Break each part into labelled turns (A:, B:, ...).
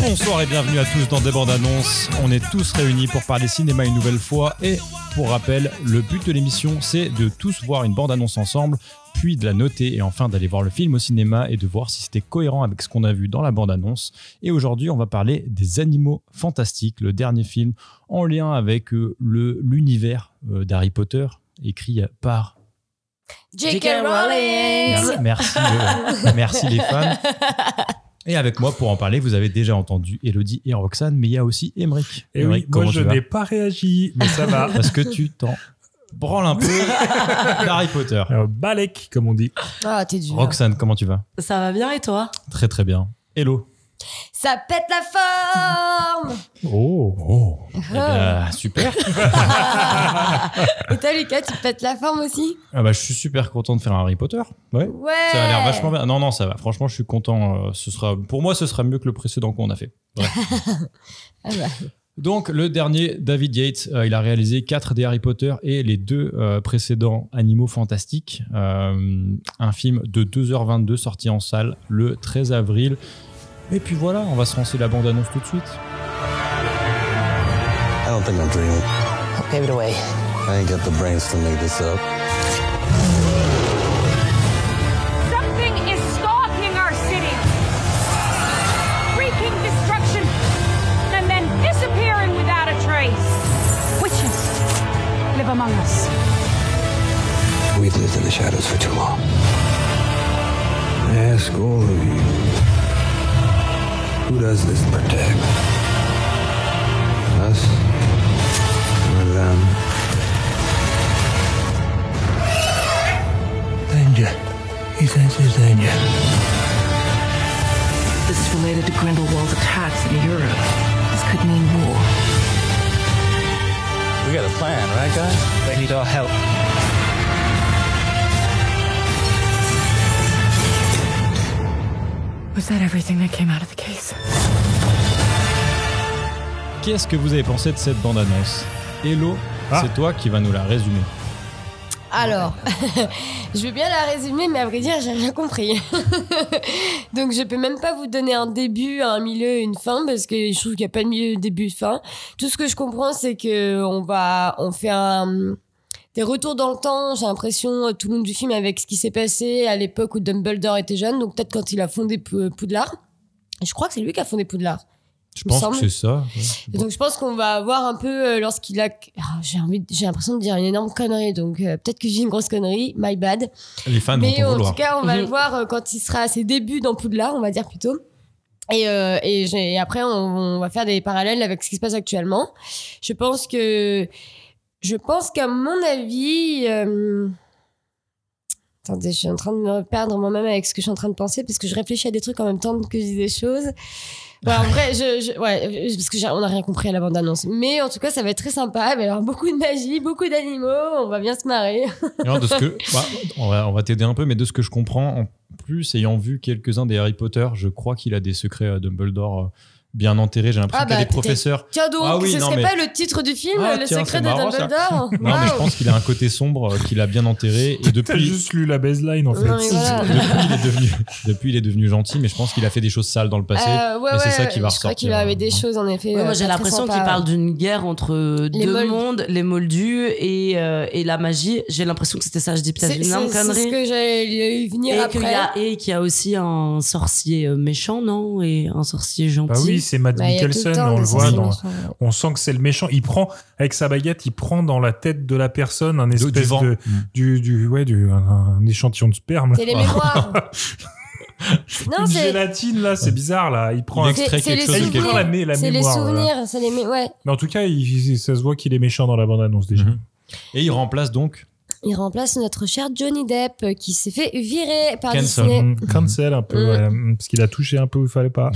A: Bonsoir et bienvenue à tous dans Des Bandes Annonces. On est tous réunis pour parler cinéma une nouvelle fois et pour rappel, le but de l'émission c'est de tous voir une bande annonce ensemble, puis de la noter et enfin d'aller voir le film au cinéma et de voir si c'était cohérent avec ce qu'on a vu dans la bande annonce. Et aujourd'hui, on va parler des Animaux Fantastiques, le dernier film en lien avec euh, le l'univers euh, d'Harry Potter écrit euh, par
B: J.K. Rowling
A: Merci, euh, merci les fans. Et avec moi pour en parler, vous avez déjà entendu Elodie et Roxane, mais il y a aussi Émeric.
C: Et
A: Émeric,
C: Eh oui, moi
A: comment
C: je
A: tu vas
C: n'ai pas réagi, mais ça va.
A: Parce que tu t'en branles un peu d'Harry Potter.
C: Euh, Balek, comme on dit.
B: Ah, t'es dur.
A: Roxane, comment tu vas
D: Ça va bien et toi
A: Très très bien. Hello.
B: Ça pète la forme
C: Oh.
A: Oh. Eh ben, super.
B: Et toi, Lucas, tu pètes la forme aussi
A: Ah bah, je suis super content de faire un Harry Potter. Ouais.
B: Ouais
A: Ça a l'air vachement bien. Non, non, ça va. Franchement, je suis content. Euh, Ce sera, pour moi, ce sera mieux que le précédent qu'on a fait. Ouais.
B: Ah bah.
A: Donc, le dernier, David Yates, euh, il a réalisé 4 des Harry Potter et les deux euh, précédents Animaux Fantastiques. Euh, un film de 2h22 sorti en salle le 13 avril. Et puis voilà, on va se lancer la bande-annonce tout de suite.
E: I don't think I'm dreaming.
F: Give it away.
E: I ain't got the brains to make this up.
G: Something is stalking our city, wreaking destruction, and then disappearing without a trace. Witches live among us.
E: We've lived in the shadows for too long. I ask all of you, who does this protect? Us or them? Danger. He senses danger.
F: This is related to Grindelwald's attacks in Europe. This could mean war.
E: We got a plan, right, guys? They need our help.
F: Was that everything that came out of the case?
A: Qu'est-ce que vous avez pensé de cette bande-annonce Hello,
C: Ah.
A: c'est toi qui vas nous la résumer.
B: Alors, je veux bien la résumer, mais à vrai dire, j'ai rien compris. Donc, je peux même pas vous donner un début, un milieu, une fin, parce que je trouve qu'il n'y a pas de milieu, début, fin. Tout ce que je comprends, c'est que on va, on fait un, des retours dans le temps, j'ai l'impression, tout le long du film, avec ce qui s'est passé à l'époque où Dumbledore était jeune, donc peut-être quand il a fondé P- Poudlard. Je crois que c'est lui qui a fondé Poudlard.
A: Je
B: Il me
A: pense
B: semble.
A: que c'est ça.
B: Et donc je pense qu'on va avoir un peu euh, lorsqu'il a. Ah, j'ai envie, j'ai l'impression de dire une énorme connerie, donc euh, peut-être que j'ai une grosse connerie, my bad.
A: Les fans
B: Mais
A: vont en
B: en
A: vouloir.
B: tout cas, on va
D: Mhm.
B: le voir euh, quand il sera à ses débuts dans Poudlard, on va dire plutôt. Et, euh, et, j'ai- et après, on, on va faire des parallèles avec ce qui se passe actuellement. Je pense que. Je pense qu'à mon avis. euh, Attendez, je suis en train de me perdre moi-même avec ce que je suis en train de penser parce que je réfléchis à des trucs en même temps que je dis des choses. Ouais, en vrai, je, je- ouais, je- parce que j'ai- on n'a rien compris à la bande-annonce. Mais en tout cas, ça va être très sympa. Il va y avoir beaucoup de magie, beaucoup d'animaux. On va bien se marrer.
A: Non, de ce que, bah, on va, on va t'aider un peu, mais de ce que je comprends, en plus, ayant vu quelques-uns des Harry Potter, je crois qu'il a des secrets à Dumbledore euh, bien enterrés. J'ai l'impression
B: Ah
A: qu'il y a
B: bah,
A: des
B: t'es-
A: professeurs.
B: Tiens donc,
A: Ah oui,
B: ce
A: non,
B: serait
A: mais-
B: pas le titre du film,
A: Ah,
B: Le
A: tiens,
B: secret
A: c'est
B: de
A: marrant, ça.
B: Dumbledore Ah
A: Non, mais je pense qu'il a un côté sombre euh, qu'il a bien enterré. Et
C: T'as
A: depuis,
C: juste lu la baseline, en fait.
B: Non, mais voilà.
A: depuis, il est devenu, depuis, il est devenu gentil, mais je pense qu'il a fait des choses sales dans le passé.
B: Euh, ouais,
A: et c'est
B: ouais,
A: ça qui va
B: Je crois
A: ressortir,
B: qu'il va avoir des
A: hein.
B: choses, en effet.
D: Ouais,
B: euh,
D: Moi j'ai
B: pas très
D: l'impression
B: sympas.
D: qu'il parle d'une guerre entre euh,
B: Les
D: deux
B: moldus.
D: mondes, les moldus et, euh, et la magie. J'ai l'impression que c'était ça, je dis peut-être
B: C'est
D: une énorme
B: c'est- c'est ce
D: connerie.
B: que j'allais eu venir
D: Et
B: après.
D: qu'il y, a- et qu'il y a aussi un sorcier euh, méchant, non Et un sorcier gentil.
C: Bah oui, c'est Matt
B: Bah, il y a tout le
C: Mikkelsen,
B: temps
C: on
B: des
C: le voit.
B: sorciers
C: dans-
B: méchants.
C: On sent que c'est le méchant. Il prend, avec sa baguette, il prend dans la tête de la personne un espèce
A: du vent. Mm.
C: de. Du, du, ouais, du, un, un échantillon de sperme.
B: C'est les mémoires. non,
C: Une
B: c'est.
C: gélatine, là, c'est bizarre, là. Il prend
A: Il
C: un.
A: extrait
B: c'est- c'est
A: quelque
B: les
A: chose de
C: Il prend
A: quelque
C: la,
B: souvenirs.
A: chose.
C: mé- la
B: C'est les
C: mémoire. voilà.
B: souvenirs, c'est les mé- ouais.
C: Mais en tout cas, il- ça se voit qu'il est méchant dans la bande-annonce déjà.
A: Mhm. Et il remplace donc
B: Il remplace notre cher Johnny Depp euh, qui s'est fait virer par
A: Cancel.
B: Disney.
C: Mm, Cancel un peu, ouais, mm, parce qu'il a touché un peu où il fallait pas.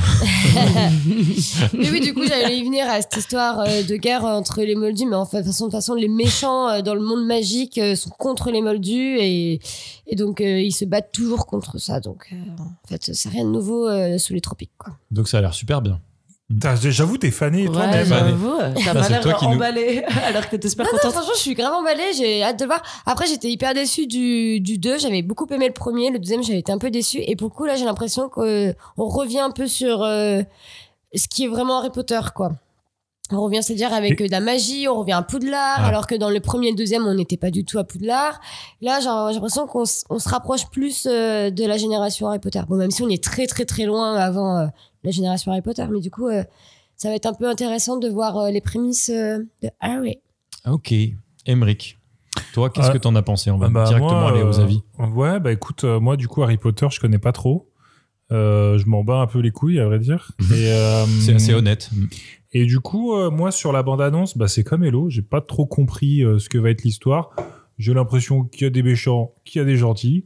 B: Mais oui, du coup, j'allais y venir à cette histoire euh, de guerre entre les Moldus. Mais en fait, de toute façon, de toute façon, les méchants euh, dans le monde magique euh, sont contre les Moldus et, et donc euh, ils se battent toujours contre ça. Donc, euh, en fait, c'est rien de nouveau euh, sous les tropiques. Quoi.
A: Donc ça a l'air super bien. Mm.
C: Putain, J'avoue, t'es fané
D: Ouais,
C: toi-même.
A: bah,
D: j'avoue, t'as
A: Ça,
D: pas
A: c'est toi
D: l'air
A: qui nous-
D: emballé alors que t'es super
B: Non,
D: contente.
B: franchement, je suis grave emballée. J'ai hâte de le voir. Après, j'étais hyper déçue du, du 2. J'avais beaucoup aimé le premier. Le deuxième, j'avais été un peu déçue. Et pour le coup, là, j'ai l'impression qu'on revient un peu sur euh, ce qui est vraiment Harry Potter, quoi. On revient, c'est-à-dire avec euh, de la magie, on revient à Poudlard,
A: Ah.
B: alors que dans le premier et le deuxième, on n'était pas du tout à Poudlard. Là, genre, j'ai l'impression qu'on s- on se rapproche plus euh, de la génération Harry Potter. Bon, même si on est très, très, très loin avant euh, la génération Harry Potter, mais du coup, euh, ça va être un peu intéressant de voir euh, les prémices euh, de Harry.
A: Ah, Ok. Emmerich, toi, qu'est-ce
C: Ah.
A: que t'en as pensé On va
C: Ah bah,
A: directement
C: moi,
A: aller aux
C: euh,
A: avis.
C: Ouais, bah écoute, euh, moi du coup Harry Potter, je connais pas trop. Euh, je m'en bats un peu les couilles, à vrai dire. Et, euh,
A: C'est c'est honnête.
C: Et du coup, euh, moi sur la bande-annonce, bah, c'est comme Hello, j'ai pas trop compris euh, ce que va être l'histoire. J'ai l'impression qu'il y a des méchants, qu'il y a des gentils,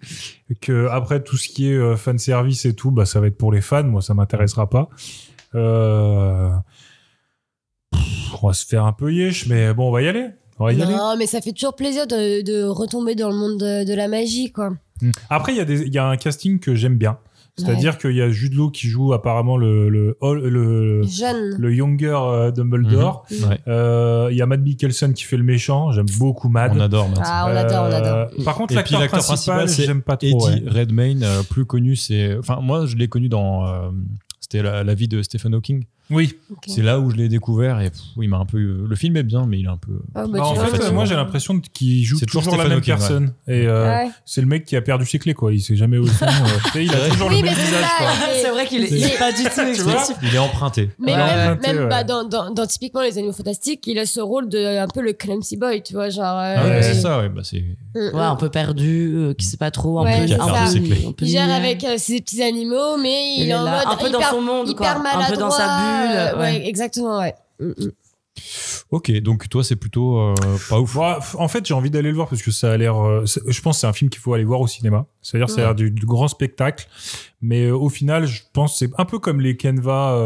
C: que après tout ce qui est euh, fan service et tout, bah ça va être pour les fans. Moi, ça m'intéressera pas. Euh, pff, on va se faire un peu yesh, mais bon, on va y aller. On va y aller.
B: Non, mais ça fait toujours plaisir de, de retomber dans le monde de, de la magie, quoi.
C: Mm. Après, il y, a des- il y a un casting que j'aime bien. C'est-à-dire qu'il y a Jude Law qui joue apparemment le, le, le, Euh,
B: Ouais. Jeune.
C: le younger euh, Dumbledore.
A: Mhm. Ouais,
C: Euh, Il y a Matt Mikkelsen qui fait le méchant. J'aime beaucoup Matt.
A: on adore Matt.
B: Ah, on adore, on adore.
C: Euh, Par contre,
A: Et puis
C: l'acteur
A: l'acteur
C: principal,
A: principal, c'est
C: j'aime pas
A: Eddie
C: trop. ouais.
A: Redmayne, euh, plus connu, c'est. Enfin, moi, je l'ai connu dans. euh, C'était la, la vie de Stephen Hawking.
C: Oui.
B: Ok.
A: C'est là où je l'ai découvert et pff, il m'a un peu. euh, Le film est bien, mais il est un peu.
B: Ah, bah,
C: Bah, en
B: tu vois,
C: fait,
A: c'est
C: euh,
A: bon.
C: moi, j'ai l'impression qu'il joue
A: C'est
C: toujours,
A: toujours
C: la
A: Stephen
C: même
A: Hawking, ouais.
C: personne. Et euh,
B: Ouais.
C: c'est le mec qui a perdu ses clés, quoi. Il sait jamais où ils sont. euh, tu sais, il a
A: vrai.
C: toujours
B: Oui,
C: le
B: mais
C: même
B: c'est
C: visage, quoi.
B: ça. mais-
D: Ah, C'est vrai qu'il est,
A: C'est-
D: il est pas du tout expressif.
A: Il est emprunté.
B: Mais
C: Ouais,
B: même,
C: ouais,
B: même
C: ouais.
B: bah, dans, dans, dans typiquement les animaux fantastiques, il a ce rôle de un peu le clumsy boy, tu vois, genre. euh,
A: Ah ouais,
C: Ouais.
A: c'est ça, ouais. Bah, c'est.
B: Mm, mm.
D: Ouais, un peu perdu, euh, qui sait pas trop, un
B: Ouais,
D: peu,
B: Qui a
D: un
B: perdu
D: peu-
A: ses clés.
D: un peu
B: Il gère
D: niais.
B: avec euh, ses petits animaux, mais il,
D: Il
B: est
D: est
B: en
D: là,
B: mode
D: un peu dans
B: hyper-
D: son monde,
B: hyper
D: quoi. Un peu dans sa
B: maladroit,
D: bulle,
B: euh,
D: ouais.
B: exactement, ouais. Mm, mm.
A: Ok, donc toi, c'est plutôt euh, pas ouf.
C: Moi, Bah, f- en fait, j'ai envie d'aller le voir parce que ça a l'air. euh, c'est- je pense que c'est un film qu'il faut aller voir au cinéma. C'est-à-dire, ça a l'air du, du grand spectacle. Mais euh, au final, je pense que c'est un peu comme les Canva euh,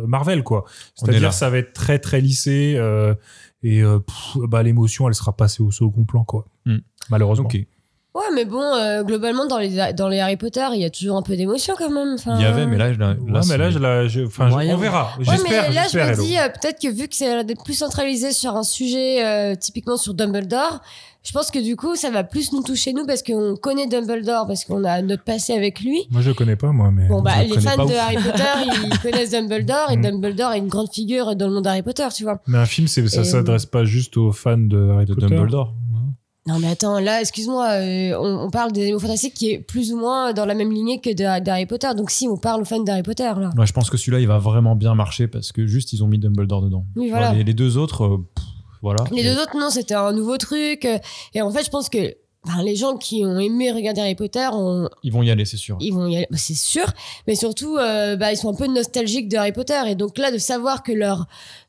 C: euh, Marvel,
A: On
C: quoi.
A: est là.
C: C'est-à-dire, ça va être très très lissé euh, et euh, pff, bah, l'émotion, elle sera passée au second plan, quoi.
A: Hmm.
C: Malheureusement.
A: Ok.
B: Ouais, mais bon, euh, globalement, dans les, dans les Harry Potter, il y a toujours un peu d'émotion quand même. enfin.
A: Il y
D: Ah.
A: avait, mais là, je l'ai- là,
C: Ouais, mais là,
A: c'est-
C: je la- je- enfin, je-
D: Moyen.
C: on verra.
B: Ouais,
C: J'espère.
B: mais là, je
C: j'espère,
B: me
C: Hello.
B: dis, euh, peut-être que vu que c'est plus centralisé sur un sujet, euh, typiquement sur Dumbledore, je pense que du coup, ça va plus nous toucher, nous, parce qu'on connaît Dumbledore, parce qu'on a notre passé avec lui.
C: Moi, je le connais pas, moi, mais.
B: Bon, bah,
A: le
B: les
A: connais
B: fans
A: pas
B: de
A: ouf.
B: Harry Potter, ils connaissent Dumbledore, et
C: Mm.
B: Dumbledore est une grande figure dans le monde d'Harry Potter, tu vois.
C: Mais un film, c'est- ça
B: Et-
C: s'adresse pas juste aux fans de Harry
A: de
C: Potter.
A: Dumbledore.
B: Non, mais attends, là, excuse-moi, euh, on, on parle des animaux fantastiques qui est plus ou moins dans la même lignée que de- d'Harry Potter, donc si, on parle aux fans d'Harry Potter, là.
A: Ouais, je pense que celui-là, il va vraiment bien marcher parce que juste, ils ont mis Dumbledore dedans.
B: Oui, voilà.
A: les, les deux autres, euh, pff, voilà.
B: Les deux autres, non, c'était un nouveau truc. euh, Et en fait, je pense que enfin, les gens qui ont aimé regarder Harry Potter, ont-
A: Ils vont y aller, c'est sûr.
B: ils vont y aller, bah, c'est sûr. Mais surtout, euh, bah, ils sont un peu nostalgiques de Harry Potter. Et donc là, de savoir que leur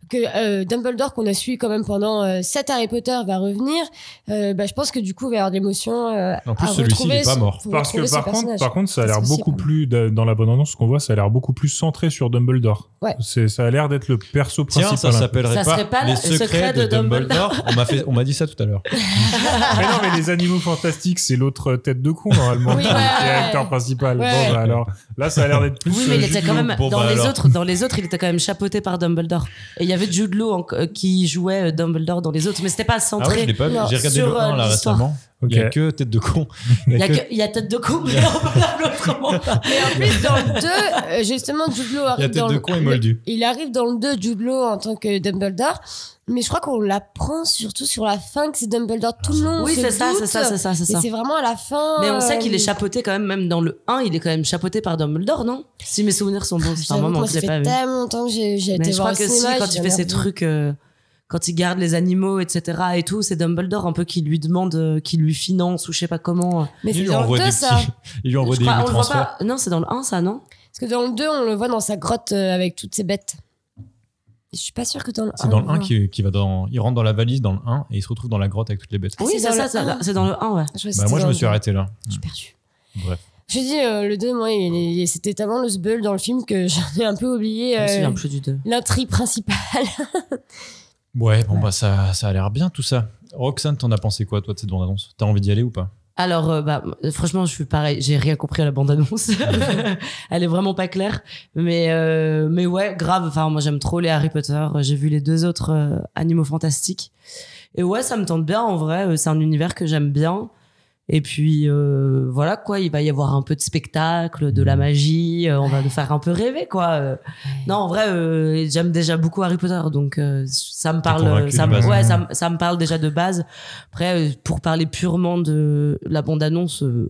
B: que euh, Dumbledore qu'on a suivi quand même pendant euh, sept Harry Potter va revenir, euh, bah, je pense que du coup, il va y avoir de l'émotion. euh,
A: En plus,
B: à
A: celui-ci,
B: retrouver
A: il est pas
B: ce-
A: mort.
B: faut
C: Parce
B: retrouver
C: que
B: ce
C: par contre,
B: personnage.
C: par contre, ça a
B: C'est
C: l'air
B: possible,
C: beaucoup
B: hein.
C: plus da- dans la bonne annonce qu'on voit, ça a l'air beaucoup plus centré sur Dumbledore.
B: Ouais.
C: C'est ça a l'air d'être le perso
A: Tiens,
C: principal.
A: ça s'appellerait
D: Ça
A: pas,
D: serait pas
A: les
D: le
A: secrets
D: secret
A: de,
D: de
A: Dumbledore.
D: Dumbledore.
A: on m'a fait, on m'a dit ça tout à l'heure.
C: mais non, mais les animaux fantastiques, c'est l'autre tête de con normalement
B: Oui,
C: qui
B: ouais,
C: qui est
B: ouais.
C: l'acteur principal.
B: Ouais.
C: Bon, bah, alors là, ça a l'air d'être plus.
D: Oui, mais il
C: euh,
D: était
C: Jude
D: quand même
A: Bon,
D: dans
A: bah
D: les
A: alors.
D: autres. Dans les autres, il était quand même chapeauté par Dumbledore. Et il y avait Jude Law en- euh, qui jouait euh, Dumbledore dans les autres, mais c'était pas
A: Ah ouais, je
D: centré.
A: l'ai pas vu.
B: Non,
A: J'ai regardé
D: sur,
A: le 1 là
D: euh, l'histoire.
A: récemment.
C: Law.
A: Il y a
C: Ok.
A: que tête de con.
D: il y a que- il y a tête de con, mais on peut l'appeler autrement.
B: Mais en plus, dans le 2, euh, justement,
A: il
B: Jude Law
A: y a
B: arrive
A: tête
B: dans
A: de
B: le-
A: con et Moldu.
B: Il arrive dans le 2, Jude Law, en tant que Dumbledore. Mais je crois qu'on l'apprend surtout sur la fin que c'est Dumbledore tout le long. on
D: Oui,
B: se
D: c'est ça,
B: doute.
D: c'est ça, c'est ça, c'est
B: Mais
D: ça.
B: c'est vraiment à la fin.
D: Mais on
B: euh,
D: sait qu'il est chapeauté quand même, même dans le 1, il est quand même chapeauté par Dumbledore, non Si mes souvenirs sont bons, c'est
B: j'avoue
D: un moment
B: que
D: que je l'ai
B: Ça
D: pas
B: fait
D: vu.
B: tellement longtemps que j'ai j'ai été
D: Mais je
B: voir
D: crois
B: au
D: que si,
B: cinéma,
D: quand il
B: j'ai
D: fait
B: jamais
D: ces
B: revu.
D: trucs, euh, quand il garde les animaux, etc. et tout, c'est Dumbledore un peu qui lui demande, euh, qui lui finance ou je sais pas comment.
B: Mais c'est
A: Il lui
B: dans le
A: envoie
B: 2,
A: des
B: ça.
A: petits. Il lui envoie
D: Je
A: des
D: crois- on le voit
A: transferts.
D: pas. Non, c'est dans le 1, ça, non
B: Parce que dans le 2, on le voit dans sa grotte euh, avec toutes ses bêtes. Je suis pas sûre que dans le
A: C'est dans le 1
B: hein.
A: qui, qui va dans. Il rentre dans la valise dans le 1 et il se retrouve dans la grotte avec toutes les bêtes.
B: Oui,
D: Oui,
B: Ah, c'est
D: c'est ça,
B: dans le
D: ça,
B: un.
D: c'est dans le 1, ouais.
B: Je vois,
A: Bah,
B: c'était
A: moi, je me
B: dans le
A: suis
B: deux.
A: arrêté là.
B: Je suis perdue.
A: Bref.
B: Je dis, euh, le 2, moi, il- il- c'était tellement le sbeul dans le film que j'en ai un peu oublié
D: Je me
B: euh,
D: souviens plus du 2.
B: l'intrigue principale.
A: Ouais, bon, bah, ça, ça a l'air bien tout ça. Roxane, t'en as pensé quoi, toi, de cette bande-annonce T'as envie d'y aller ou pas
D: Alors, euh, bah, euh, franchement, je suis pareil, j'ai rien compris à la bande-annonce. Elle est vraiment pas claire, mais euh, mais ouais, grave. Enfin, moi, j'aime trop les Harry Potter. J'ai vu les deux autres euh, animaux fantastiques, et ouais, ça me tente bien en vrai. Euh, C'est un univers que j'aime bien. Et puis euh, voilà quoi, il va y avoir un peu de spectacle, de la magie. euh, on va nous faire un peu rêver quoi. Euh, Non, en vrai, euh, j'aime déjà beaucoup Harry Potter, donc euh, ça me parle.
A: convaincu
D: ça
A: de
D: me-
A: base.
D: ouais, ça, me- ça me parle déjà de base. Après, euh, pour parler purement de la bande-annonce, euh,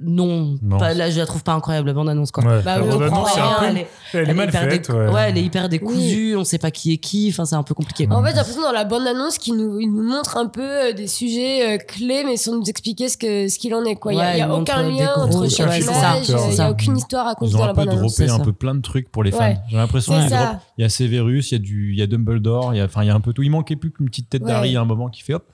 D: non,
A: Non.
D: pas- là je la trouve pas incroyable la bande-annonce quoi.
C: Ouais,
B: Bah,
C: la
B: on
D: comprend
C: bande-annonce, c'est
D: rien,
C: un peu-
D: elle est,
C: Elle est
D: elle est
C: mal
D: hyper
C: faite.
D: déc-
C: ouais.
D: ouais, elle est hyper décousue, on sait pas qui est qui, enfin c'est un peu compliqué. quoi.
B: En fait, j'ai l'impression dans la bande-annonce qu'il nous, il nous montre un peu euh, des sujets euh, clés, mais sans nous expliquer ce que ce qu'il en est. Quoi. Il y a-
D: Ouais,
B: il n'y a,
D: il montre
B: aucun
D: des
B: lien
D: gros
B: entre
D: trucs,
B: chaque
D: ouais, c'est ça,
B: image,
D: c'est
B: euh, il n'y
D: ça.
B: a aucune histoire racontée
A: Ils ont
B: dans
A: un
B: la
A: peu
B: bande-annonce.
D: c'est
A: droppé un
D: ça.
A: peu plein de trucs pour les fans.
B: Ouais.
A: J'ai l'impression
B: C'est
A: qu'ils
B: ça.
A: droppent- Il y a Severus, il y a du, il y a Dumbledore, il y a, enfin, il y a un peu tout. Il manquait plus qu'une petite tête
B: Ouais.
A: d'Harry à un moment qui fait hop.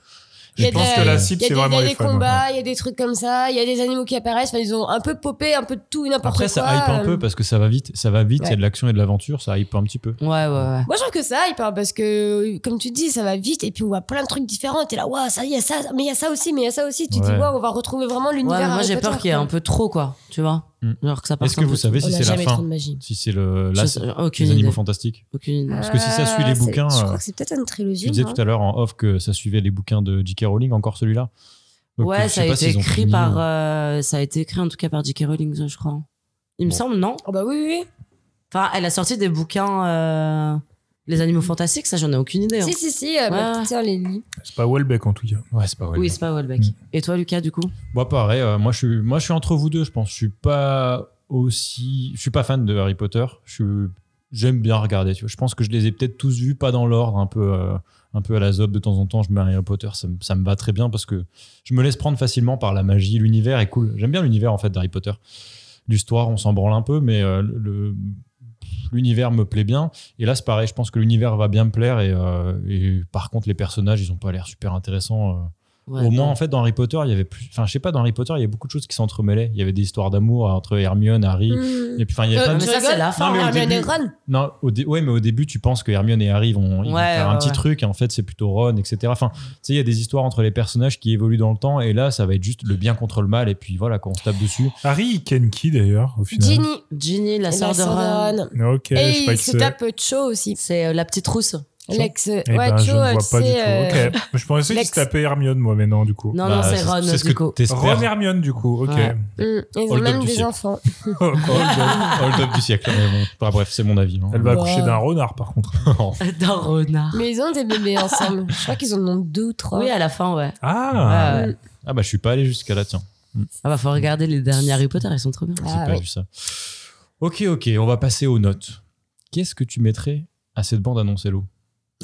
B: Il y a
C: Je pense
B: des-
C: que la
B: Il
C: cible,
B: y a des,
C: c'est
B: il y
C: vraiment
B: a
C: les
B: des
C: fans. hein.
B: combats, il y a des trucs comme ça, il y a des animaux qui apparaissent. Enfin, ils ont un peu popé un peu de tout et n'importe quoi.
A: Après, ça hype un
B: euh.
A: peu parce que ça va vite, ça va vite. Il y a
B: Ouais.
A: de l'action et de l'aventure, ça hype un petit peu.
D: Ouais, ouais, ouais.
B: Moi, je trouve que ça hype hein, parce que, comme tu dis, ça va vite et puis on voit plein de trucs différents. T'es là, waouh, ça, il y a ça, mais il y a ça aussi, mais il y a ça aussi. Tu te
A: Ouais.
B: dis, waouh, on va retrouver vraiment l'univers.
D: Ouais, mais moi
B: Harry
D: j'ai peur
B: Potter,
D: qu'il y ait
B: quoi.
D: un peu trop quoi, tu vois.
A: Mm.
D: Genre que ça parte
A: Est-ce que
D: un
A: vous
D: peu
A: savez
D: trop.
A: si
B: On n'a
A: c'est la
B: jamais
A: fin
B: trop de magie.
A: Si c'est le, là,
D: Je-
A: c'est
D: aucune
A: les animaux
D: idée.
A: fantastiques.
D: Aucune idée.
A: Parce que si ça suit les
B: Ah, c'est-
A: bouquins,
B: Je
A: euh,
B: crois que c'est peut-être une trilogie.
A: Tu disais
B: non
A: tout à l'heure en off que ça suivait les bouquins de J.K. Rowling, encore celui-là. Donc,
D: ouais,
A: je sais
D: ça a
A: pas
D: été
A: s'ils ont
D: écrit
A: fini.
D: par, euh, ça a été écrit en tout cas par J.K. Rowling, je crois. Il me
A: Bon.
D: semble, non
B: Oh bah oui, oui,
D: Enfin, elle a sorti des bouquins, euh, les animaux fantastiques, ça j'en ai aucune idée.
B: oui.
D: hein.
B: Si, si, si, euh, bah,
D: Ouais.
B: putain, les lits.
C: C'est pas Welbeck en tout cas.
A: Ouais, c'est pas vrai.
D: Oui, c'est pas Welbeck.
A: Mm.
D: Et toi, Lucas, du coup
A: Moi, pareil. euh, moi, je suis, moi, je suis entre vous deux. Je pense. Je suis pas aussi. Je suis pas fan de Harry Potter. Je suis- J'aime bien regarder. Tu vois. Je pense que je les ai peut-être tous vus, pas dans l'ordre, un peu, euh, un peu à la zob de temps en temps. Je mets Harry Potter, ça, me- ça me va très bien parce que je me laisse prendre facilement par la magie. L'univers est cool. J'aime bien l'univers en fait d'Harry Potter. L'histoire, on s'en branle un peu, mais euh, le l'univers me plaît bien. Et là, c'est pareil. Je pense que l'univers va bien me plaire. Et, euh, et par contre, les personnages, ils ont pas l'air super intéressants. euh,
D: Ouais,
A: au moins,
D: non.
A: en fait, dans Harry Potter, il y avait plus. Enfin, je sais pas, dans Harry Potter, il y avait beaucoup de choses qui s'entremêlaient. Il y avait des histoires d'amour entre Hermione, Harry.
D: Mm.
B: Mmh.
A: Et puis, enfin, il y avait
B: Euh,
A: plein de-
D: mais ça, c'est la fin.
A: mais au
B: Hermione
A: début-
B: et Ron.
A: Non, au dé- ouais, mais au début, tu penses que Hermione et Harry vont, ils vont
D: Ouais,
A: faire un
D: ouais,
A: petit
D: ouais.
A: truc, et en fait, c'est plutôt Ron, etc. Enfin, tu sais, il y a des histoires entre les personnages qui évoluent dans le temps, et là, ça va être juste le bien contre le mal, et puis voilà, quand on se tape dessus.
C: Harry, il ken qui d'ailleurs, au final
B: Ginny,
D: Ginny, la
B: la
D: sœur de
B: sœur
D: Ron.
B: de Ron.
C: Ok, je
B: Et
C: sais pas
B: il
C: qui
B: se
C: c'est.
B: tape Cho aussi.
D: C'est euh, la petite rousse.
B: Lex, euh,
C: Eh
B: ouais,
C: ben, je
B: Cho,
C: ne
B: elle
C: vois pas du tout.
B: sait.
C: Ok. Je pensais qu'il
B: euh, Lex.
C: se tapait Hermione, moi, mais non, du coup.
D: Non,
A: Bah,
D: non, c'est Ron,
A: c'est
D: du
A: ce que
D: coup.
A: t'espères.
C: Ron Hermione, du coup, ok.
D: Ouais.
B: euh, mmh. Ils ont
A: Hold up
B: même
A: du
B: des
A: ciel.
B: enfants.
A: Hold-up du siècle. Mais bon, bah, bref, c'est mon avis. hein.
C: Elle va
B: Bah.
C: accoucher d'un renard, par contre.
D: D'un renard.
B: Mais ils ont des bébés ensemble. Je crois qu'ils en ont deux ou trois.
D: Oui, à la fin, ouais.
C: Ah
D: Ouais, ouais.
A: Ah, bah, je suis pas allé jusqu'à là, tiens.
D: Ah bah, faut regarder les derniers Harry Potter, ils sont trop bien.
A: J'ai
B: Ah,
A: pas
B: oui.
A: vu ça. Ok, ok, on va passer aux notes. Qu'est-ce que tu mettrais à cette bande annonce, Hello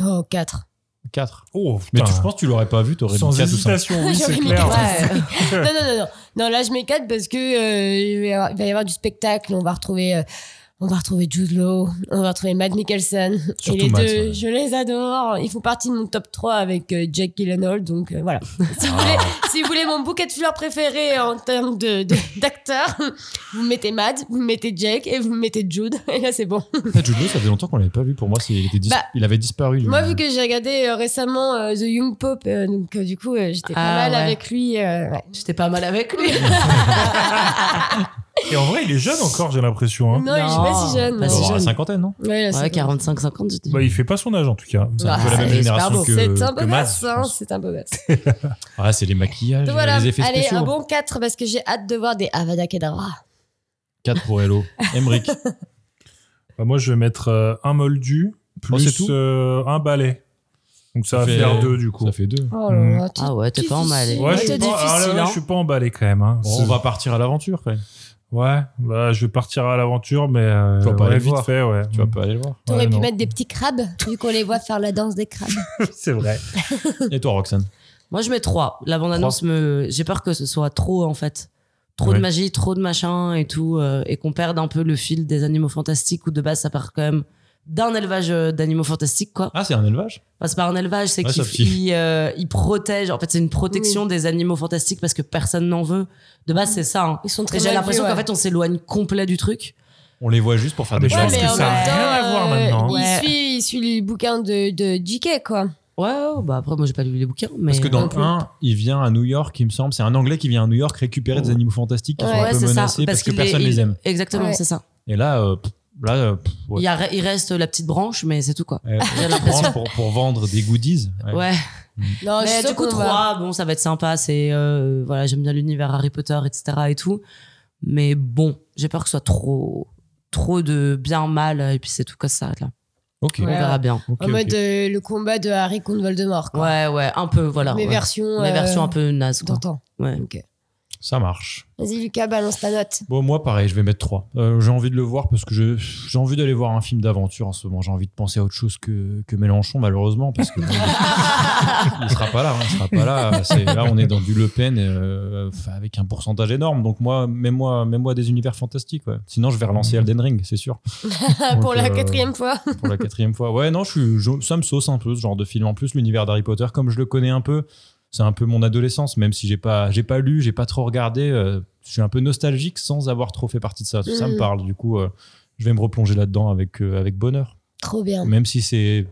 B: Oh, quatre.
A: 4.
C: Oh,
A: Mais
C: putain.
A: tu, je pense que tu l'aurais pas vu, t'aurais mis 4
C: Sans
A: ou 5.
C: hésitation, oui,
B: J'aurais
C: c'est
B: mis
C: clair.
B: quatre. non, non, non, non. Non, là, je mets quatre parce que euh, il va y avoir- il va y avoir du spectacle. On va retrouver. euh, on va retrouver Jude Law, on va retrouver Matt Mikkelsen.
A: Surtout
B: et les
A: Matt,
B: deux,
A: ouais.
B: je les adore. Ils font partie de mon top 3 avec euh, Jack Gyllenhaal. Donc euh, voilà. Si vous, voulez, si vous voulez mon bouquet de fleurs préféré en termes de- de- d'acteurs, vous mettez Matt, vous mettez Jack et vous mettez Jude. Et là, c'est bon.
A: Jude Law, ça faisait longtemps qu'on l'avait pas vu. Pour moi, c'est- il, était dis-
B: Bah,
A: il avait disparu. lui.
B: Moi, vu que j'ai regardé euh, récemment euh, The Young Pope, euh, donc euh, du coup, euh, j'étais
D: Ah,
B: pas mal
D: ouais.
B: avec lui. euh, ouais.
D: J'étais pas mal avec lui.
C: Et en vrai, il est jeune encore, j'ai l'impression. hein.
B: Non, il est pas si jeune.
D: pas
A: il doit
D: si
B: ouais.
A: avoir Bah, la
D: jeune.
A: cinquantaine, non
B: Ouais, là,
D: Ouais,
B: c'est
D: 45-50, je dis.
C: Bah, il fait pas son âge, en tout cas.
A: C'est un peu la
B: Ah,
A: même
B: c'est
A: génération
B: bon.
A: que,
B: C'est un
A: que
B: peu
A: Maz,
B: basse,
A: je
B: hein,
A: pense.
B: c'est un peu basse.
A: Ah, c'est les maquillages,
B: Donc voilà,
A: les effets
B: allez,
A: spéciaux. hein.
B: un bon 4 parce que j'ai hâte de voir des Avada Kedavra.
A: 4 pour Hello. Emmerich.
C: Bah, moi, je vais mettre euh, un moldu
A: Oh, c'est
C: plus
A: tout
C: euh, un balai. Donc ça va
A: fait-
C: faire deux, du coup.
A: Ça fait 2.
B: Oh
C: Mm.
B: là là, tu-
D: Ah ouais, t'es pas en mal.
B: difficile.
C: Ouais, je
B: Ouais,
C: suis,
B: c'est
C: pas, ah, là,
B: difficile,
C: là,
B: hein.
C: je suis pas emballé quand même. hein.
A: on va partir à l'aventure, quand même.
C: Ouais, bah, je vais partir à l'aventure, mais euh,
A: Tu vas pas
C: ouais,
A: aller
C: vite
A: voir.
C: fait, ouais.
A: Tu vas pas aller le voir.
B: T'aurais
C: Ouais,
B: pu
C: non.
B: mettre des petits crabes, vu qu'on les voit faire la danse des crabes.
C: C'est vrai.
A: Et toi, Roxane
D: Moi, je mets 3. La bande-annonce me. J'ai peur que ce soit trop, en fait. Trop
A: Ouais.
D: de magie, trop de machin et tout. euh, et qu'on perde un peu le fil des animaux fantastiques où de base, ça part quand même d'un élevage euh, d'animaux fantastiques, quoi.
A: Ah, c'est un élevage
D: Enfin, c'est pas un élevage, c'est
A: Ouais,
D: qu'il
A: sauf si.
D: il, euh, il protège. En fait, c'est une protection des animaux fantastiques parce que personne n'en veut. De base, c'est ça. hein.
B: Ils sont très
D: Et j'ai
B: mal
D: l'impression
B: vus,
D: qu'en
B: ouais.
D: fait, on s'éloigne complet du truc.
A: On les voit juste pour faire
C: Ah,
A: des
C: mais je
A: choses.
C: pense que
B: en
C: ça a
B: même
C: rien
B: temps,
C: à voir
B: euh,
C: maintenant.
A: hein.
B: Il,
D: Ouais.
B: suit, il suit les bouquins de, de JK, quoi.
D: Ouais, ouais, bah après, moi, j'ai pas lu les bouquins. Mais... euh,
A: Parce que dans
B: Non
A: le
B: plus.
A: 1, il vient à New York, il me semble. C'est un Anglais qui vient à New York récupérer des animaux fantastiques qui sont
D: Ouais,
A: un peu
D: c'est ça.
A: menacés parce, que
D: qu'il est-
A: personne
D: il-
A: les aime.
D: Exactement,
B: Ouais.
D: c'est ça.
A: Et là, euh, pff, là euh, pff, ouais.
D: Il, y a- il reste euh, la petite branche, mais c'est tout, quoi.
A: Euh,
D: J'ai
A: tu
D: l'impression.
A: prends pour, pour vendre des goodies. Ouais.
D: Ouais.
B: Non, je
D: Mais
B: suis
D: du
B: sûre
D: coup,
B: qu'on va-
D: 3, bon, ça va être sympa. C'est, euh, voilà, j'aime bien l'univers Harry Potter, etc. et tout. Mais bon, j'ai peur que ce soit trop, trop de bien mal. Et puis c'est tout, quoi, ça s'arrête là.
A: Ok.
D: On
B: Ouais.
D: verra bien.
A: Ok,
B: En
A: ok.
B: mode euh, le combat de Harry contre Voldemort, quoi.
D: Ouais, ouais, un peu, voilà.
B: Mes
D: ouais.
B: versions.
D: Mais
B: euh,
D: version un peu naze, quoi.
B: D'antan.
D: Ouais.
B: Ok.
A: Ça marche.
B: Vas-y, Lucas, balance ta note.
A: Bon, moi, pareil, je vais mettre 3. j'ai envie de le voir parce que je- j'ai envie d'aller voir un film d'aventure en ce moment. J'ai envie de penser à autre chose que, que Mélenchon, malheureusement, parce que. il sera pas là, hein, il sera pas là. C'est- Là, on est dans du Le Pen euh, enfin, avec un pourcentage énorme. Donc, moi, même moi, même moi des univers fantastiques. ouais. Sinon, je vais relancer Elden Ring, c'est sûr.
B: Pour
A: Donc,
B: la
A: euh,
B: quatrième fois.
A: pour la quatrième fois. Ouais, non, je suis, je- ça me sauce un peu ce genre de film. En plus, l'univers d'Harry Potter, comme je le connais un peu, c'est un peu mon adolescence, même si j'ai pas, j'ai pas lu, j'ai pas trop regardé. euh, je suis un peu nostalgique sans avoir trop fait partie de ça. Ça me
D: Mm.
B: Mhm.
A: parle. Du coup, euh, je vais me replonger là-dedans avec, euh, avec bonheur.
B: Trop bien.
A: Même si c'est.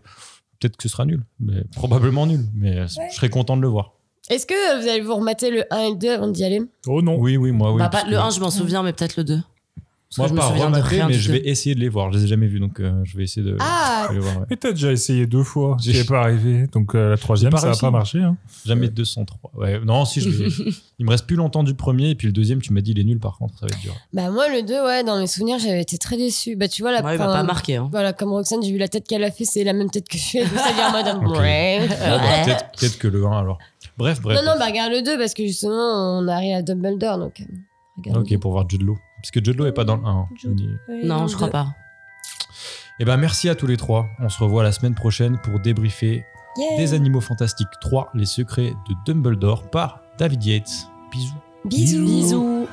A: Peut-être que ce sera nul, mais probablement nul. Mais je serais content de le voir.
B: Est-ce que vous allez vous remater le 1 et le 2 avant d'y aller
C: Oh non.
A: Oui, oui, moi, oui.
D: Bah, pas-
A: parce que-
D: le 1, je m'en souviens, mais peut-être le 2.
A: moi,
D: je me
A: pas
D: souviens de
A: remater,
D: rien
A: mais
D: du
A: je
D: tout.
A: vais essayer de les voir. Je les ai jamais vus, donc euh, je vais essayer de,
B: Ah
A: de les voir. ouais.
C: Mais t'as déjà essayé deux fois,
A: J'ai-
C: c'est pas arrivé. Donc euh, la troisième,
A: pas
C: ça
A: réussi.
C: a pas marché. hein.
A: Jamais
B: Euh.
A: 203. Ouais, non, si je vais- Il me reste plus longtemps du premier, et puis le deuxième, tu m'as dit il est nul par contre, ça va être dur.
B: Bah, moi, le 2, ouais, dans mes souvenirs, j'avais été très déçue. Bah, tu vois, la
D: Ouais, il va
B: fin-
D: pas marquer. Hein.
B: Voilà, comme Roxane, j'ai vu la tête qu'elle a fait, c'est la même tête que je fais. C'est-à-dire en mode.
A: Ok. Ah,
B: Ouais.
A: bah,
B: Ouais.
A: Peut-être peut-être que le 1 alors. Bref, bref.
B: Non, non, bah, regarde le 2 parce que justement, on arrive à Dumbledore. Donc, euh, regarde
A: ok, pour voir E Jude Law. Parce que Jude Law est pas dans le hein. 1.
B: Jude- Ouais,
D: Non,
B: dans
D: je
B: le
D: crois
B: deux.
D: pas.
A: Et ben merci à tous les trois. On se revoit la semaine prochaine pour débriefer
B: Yeah.
A: Des Animaux Fantastiques 3, Les Secrets de Dumbledore par David Yates. Bisous.
B: Bisous.
D: Bisous.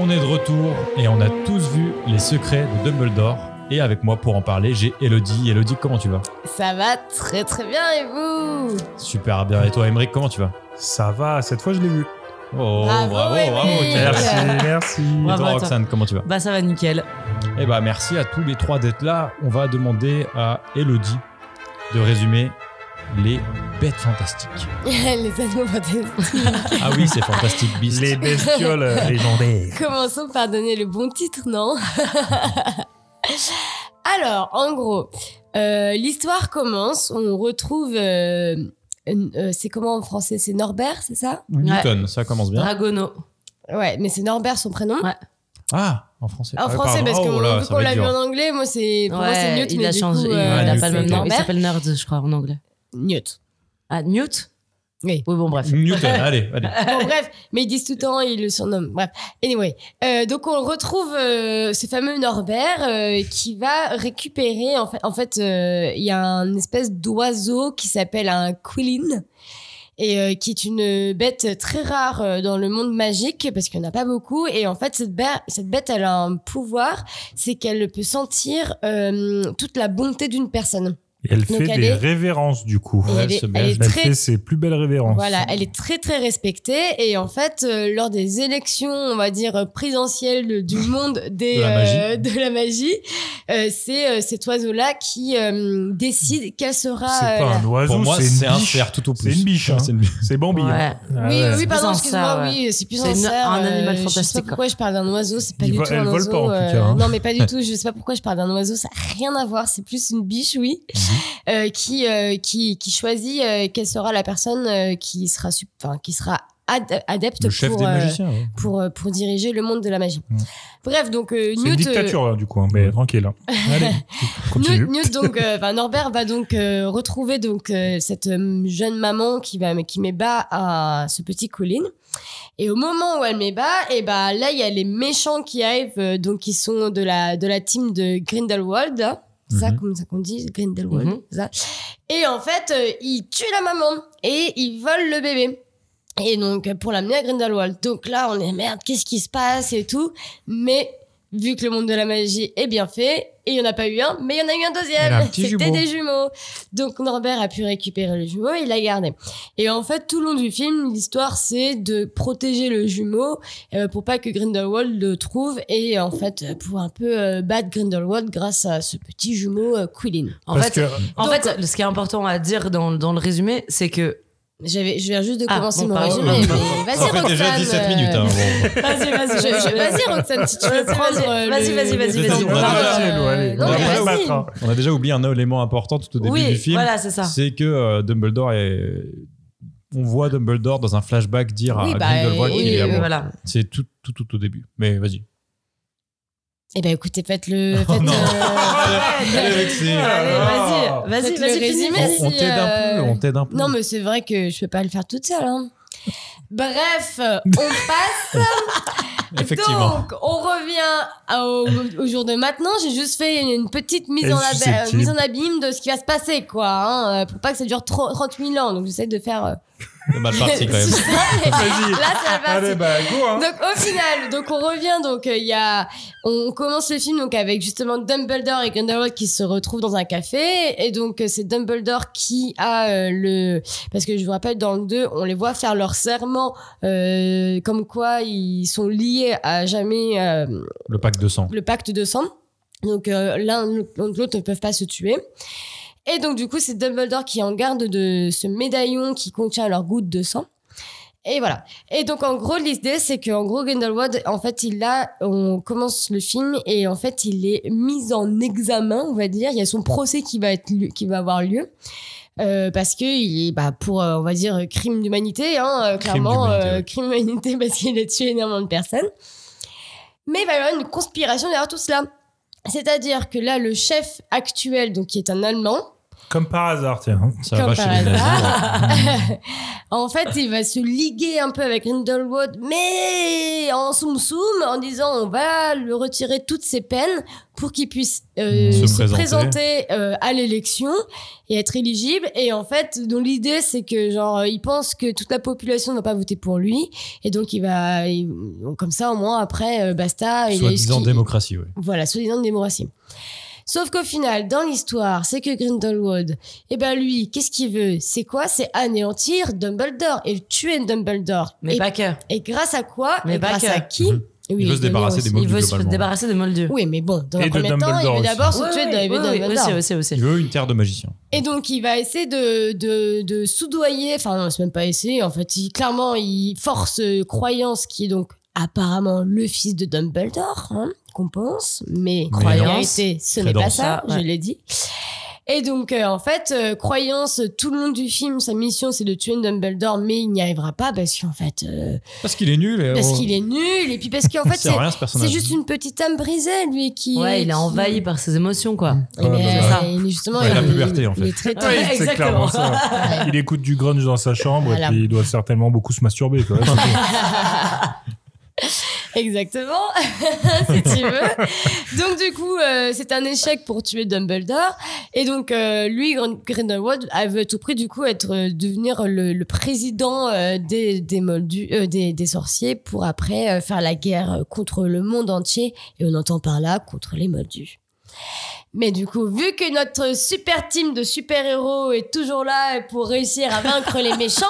A: On est de retour et on a tous vu Les Secrets de Dumbledore. Et avec moi pour en parler, j'ai Elodie. Elodie, comment tu vas
B: Ça va très très bien et vous
A: Super bien. Et toi, Emeric, comment tu vas
C: Ça va, cette fois je l'ai vu.
A: Oh,
B: Bravo, Émeric.
A: ok.
C: Merci,
A: Et
B: Euh.
C: merci.
D: Ouais. Bravo à
A: toi,
D: toi.
A: Roxane, comment tu vas
D: Bah, ça va nickel.
A: Eh ben, merci à tous les trois d'être là. On va demander à Elodie de résumer les bêtes fantastiques.
B: Les animaux fantastiques.
A: Ah oui, c'est Fantastic Beasts.
C: Les bestioles euh, légendaires.
B: Commençons par donner le bon titre, non Alors, en gros, euh, l'histoire commence. On retrouve. euh, une- euh, c'est comment en français C'est Norbert, c'est ça
A: Newton, ça commence
B: Ah.
A: bien.
D: Dragono.
B: Ouais, mais c'est Norbert son prénom.
D: Ouais.
A: Ah, en français.
B: En
A: Ah,
B: français,
A: pardon.
B: parce que
A: Oh là,
B: vu
A: ça
B: qu'on
A: va
B: l'a
A: être
B: vu
A: dur.
B: en anglais, moi, c'est. Pour moi, c'est
D: Ouais,
B: Newt,
D: il
B: mais
D: a
B: du
D: changé.
B: coup,
D: il
B: euh,
D: a
A: Newt,
D: pas le même
A: ok.
D: nom. Il
B: Norbert.
D: s'appelle Nerd, je crois, en anglais.
B: Newt.
D: Ah, Newt
B: Oui.
D: Oui, bon, bref.
A: Newton, allez, allez.
B: Bon, bref, mais ils disent tout le temps, ils le surnomment. Bref. Anyway, euh, donc on retrouve euh, ce fameux Norbert euh, qui va récupérer. En fait, en fait, euh, il y a un espèce d'oiseau qui s'appelle un quillin et euh, qui est une bête très rare euh, dans le monde magique parce qu'il n'y en a pas beaucoup. Et en fait, cette, ba- cette bête, elle a un pouvoir, c'est qu'elle peut sentir euh, toute la bonté d'une personne.
C: Et elle
B: Donc
C: fait
B: elle
C: des
B: est-
C: révérences du coup.
B: Et elle est-
A: ce
B: elle
A: belge.
B: est
C: Elle
B: très
C: fait ses plus belles révérences.
B: Voilà, elle est très très respectée et en fait, euh, lors des élections, on va dire euh, présidentielles de- du monde des,
A: De la magie.
B: euh, de la magie, euh, c'est euh, cet oiseau-là qui euh, décide quelle sera.
C: C'est
B: euh,
C: pas
B: la-
C: un oiseau,
A: Pour moi,
C: c'est une
A: c'est un
C: biche.
A: cerf tout au
C: C'est
A: plus.
C: une biche, hein.
A: Ouais, c'est une biche.
C: C'est Bambi.
D: Ouais.
C: Ah
B: oui,
C: ouais.
B: oui, pardon,
D: un cerf,
B: excuse-moi,
D: ouais.
B: oui, c'est plus
D: C'est
B: un
D: une-
B: cerf.
D: un
B: euh,
D: animal
B: Je sais
D: fantastique,
B: pas pourquoi je parle d'un oiseau, c'est pas
C: Il
B: du
C: va-
B: tout
C: elle
B: un
C: vole
B: oiseau.
C: pas, en tout
B: euh,
C: cas, hein.
B: Non, mais pas du tout, je sais pas pourquoi je parle d'un oiseau, ça a rien à voir, c'est plus une biche, oui,
C: Mhm.
B: euh, qui, euh, qui, qui choisit euh, quelle sera la personne euh, qui sera, sup- enfin, qui sera ad- adepte
A: Le chef
B: pour,
A: des
B: euh,
A: magiciens. hein. ouais.
B: pour, euh, pour diriger le monde de la magie.
C: Mm.
B: Bref, donc euh,
C: C'est une
B: Newt, euh,
C: dictature là, du coup, hein, mais tranquille. hein. Allez,
B: Newt,
C: continue.
B: Newt, donc, euh, enfin, Norbert va donc euh, retrouver donc euh, cette euh, jeune maman qui va qui met bas à ce petit Colin. Et au moment où elle met bas, et bah là il y a les méchants qui arrivent, euh, donc qui sont de la de la team de Grindelwald. hein. Ça,
A: Mhm.
B: comme ça qu'on dit, Grindelwald.
D: Mhm.
B: ça. Et en fait, euh, ils tuent la maman et ils volent le bébé. Et donc, pour l'amener à Grindelwald. Donc là, on est merde, qu'est-ce qui se passe et tout. Mais vu que le monde de la magie est bien fait, et il n'y en a pas eu un, mais il y en a eu un
C: Elle a un
B: deuxième.
C: petit
B: C'était
C: jumeau.
B: des jumeaux. Donc Norbert a pu récupérer le jumeau et il l'a gardé. Et en fait, tout le long du film, l'histoire, c'est de protéger le jumeau euh, pour pas que Grindelwald le trouve et en fait, euh, pour un peu euh, battre Grindelwald grâce à ce petit jumeau euh, Quillin.
D: En
C: Parce
D: fait,
C: que
D: en
B: Donc,
D: fait, ce qui est important à dire dans, dans le résumé, c'est que
B: J'avais, je viens juste de
D: Ah,
B: commencer
D: bon,
B: mon
D: pardon.
B: résumé. mais
A: Ça
B: Vas-y,
A: fait
B: Ah, Roxane.
A: déjà 17 minutes. hein,
B: euh,
A: bon.
D: vas-y, vas-y,
B: je- je- vas-y, Roxane, si tu veux
D: Vas-y,
B: prendre.
D: vas-y,
B: euh,
D: vas-y,
B: le-
D: vas-y, vas-y,
A: vas-y.
B: euh,
C: Vas-y, allez, allez.
B: Non,
A: On a
B: mais
A: pas le
B: vas-y.
C: battre, hein.
A: On a déjà oublié un élément important tout au début
D: oui,
A: du film.
D: voilà, c'est ça.
A: c'est que euh, Dumbledore est. On voit Dumbledore dans un flashback dire
B: Oui,
A: à
B: bah,
A: Grindelwald
B: oui,
A: qu'il est
B: oui,
A: amoureux.
D: euh, voilà.
A: C'est tout, tout, tout au début. Mais vas-y.
B: Eh ben, écoutez, faites-le. Faites,
A: non.
B: euh,
D: Allez,
C: Ah.
D: vas-y, vas-y,
B: Faites le
D: vas-y, finis.
B: résumé.
A: On, on
B: si,
A: t'aide un peu,
B: euh,
A: on t'aide un peu.
B: Non, mais c'est vrai que je peux pas le faire toute seule. hein. Bref, on passe.
A: Effectivement.
B: Donc, on revient au, au jour de maintenant. J'ai juste fait une, une petite mise
C: Elle est
B: en, ab- euh,
C: susceptible.
B: mise en abîme de ce qui va se passer, quoi. hein, euh, pour pas que ça dure trop- 30 000 ans. Donc, j'essaie de faire. euh,
A: C'est mal parti quand même.
C: Vas-y.
B: Là, ça va.
C: Allez, bah, go, hein.
B: Donc au final, donc on revient donc euh, il y a on commence le film donc avec justement Dumbledore et Grindelwald qui se retrouvent dans un café et donc euh, c'est Dumbledore qui a euh, le parce que je vous rappelle dans le 2, on les voit faire leur serment euh, comme quoi ils sont liés à jamais euh,
A: Le pack de sang.
B: le pacte de sang. Donc euh, l'un l'autre l'autre ne peuvent pas se tuer. Et donc du coup, c'est Dumbledore qui est en garde de ce médaillon qui contient leur goutte de sang. Et voilà. Et donc en gros, l'idée c'est que en gros Grindelwald, en fait, il a, on commence le film et en fait, il est mis en examen, on va dire. Il y a son procès qui va être lieu- qui va avoir lieu. Euh, parce que il est bah, pour euh, on va dire crime d'humanité hein, euh, clairement
A: d'humanité,
B: euh,
A: oui.
B: crime d'humanité parce qu'il a tué énormément de personnes mais il va y avoir une conspiration derrière tout cela c'est-à-dire que là le chef actuel donc qui est un allemand
C: Comme par hasard, tiens. hein.
A: Ça
B: Comme
A: va
B: par
A: chez les nazis.
B: en fait, il va se liguer un peu avec Grindelwald, mais en soum soum, en disant on va lui retirer toutes ses peines pour qu'il puisse euh,
A: Se
B: se,
A: présenter.
B: présenter, euh, à l'élection et être éligible. Et en fait, donc l'idée c'est que genre il pense que toute la population ne va pas voter pour lui, et donc il va il- comme ça au moins après euh, basta. il a eu ce
A: Soi-disant
B: qu'il-
A: démocratie, oui.
B: voilà, soi-disant de démocratie. Sauf qu'au final, dans l'histoire, c'est que Grindelwald, eh ben lui, qu'est-ce qu'il veut C'est quoi C'est anéantir Dumbledore et tuer Dumbledore.
D: Mais
B: et,
D: pas que.
B: et grâce à quoi
D: Mais
B: et
D: pas
B: grâce
D: que.
B: à qui
A: Mhm.
B: Oui,
A: veut se débarrasser
B: aussi.
A: des mots.
D: Il veut se
A: globalement.
D: débarrasser de Moldu.
B: Oui, mais bon, dans
C: Et
B: un
C: de
B: premier temps, il
C: Dumbledore
B: veut d'abord
D: Oui,
B: se tuer
D: oui,
B: de-
D: oui, oui,
B: Dumbledore.
D: aussi, aussi, aussi.
A: Il veut une terre de magiciens.
B: Et donc, il va essayer de, de, de soudoyer, enfin, non, c'est même pas essayer, en fait, il, clairement, il force euh, Croyance, qui est donc apparemment le fils de Dumbledore, hein, qu'on pense, mais
A: Mais
B: Croyance, ce n'est pas
A: Crédence.
B: ça,
D: Ah, ouais.
B: je l'ai dit. Et donc, euh, en fait, euh, Croyance, tout le long du film, sa mission, c'est de tuer Dumbledore, mais il n'y arrivera pas parce qu'en fait, euh,
A: Parce qu'il est nul. Et
B: parce
A: on-
B: qu'il est nul, et puis parce qu'en fait,
A: il sert à
B: c'est
A: rien ce
B: c'est
A: personnage.
B: juste une petite âme brisée, lui, qui.
D: Ouais, il est
B: qui-
D: envahi par ses émotions, quoi.
B: Eh ben,
A: Ouais,
D: c'est ça.
B: il est justement.
A: Ouais, la
B: il-
A: puberté, en fait.
B: Il est très
D: Ouais,
C: C'est
D: exactement.
C: clairement ça. Il écoute du grunge dans sa chambre
B: Voilà.
C: et puis il doit certainement beaucoup se masturber. Quoi.
B: Exactement, si tu veux. Donc du coup, euh, c'est un échec pour tuer Dumbledore. Et donc euh, lui, Grin- Grindelwald, elle veut à tout prix du coup être euh, devenir le, le président euh, des des, moldus, euh, des des sorciers euh, pour après euh, faire la guerre contre le monde entier. Et on entend par là contre les Moldus. Mais du coup, vu que notre super team de super-héros est toujours là pour réussir à vaincre les méchants,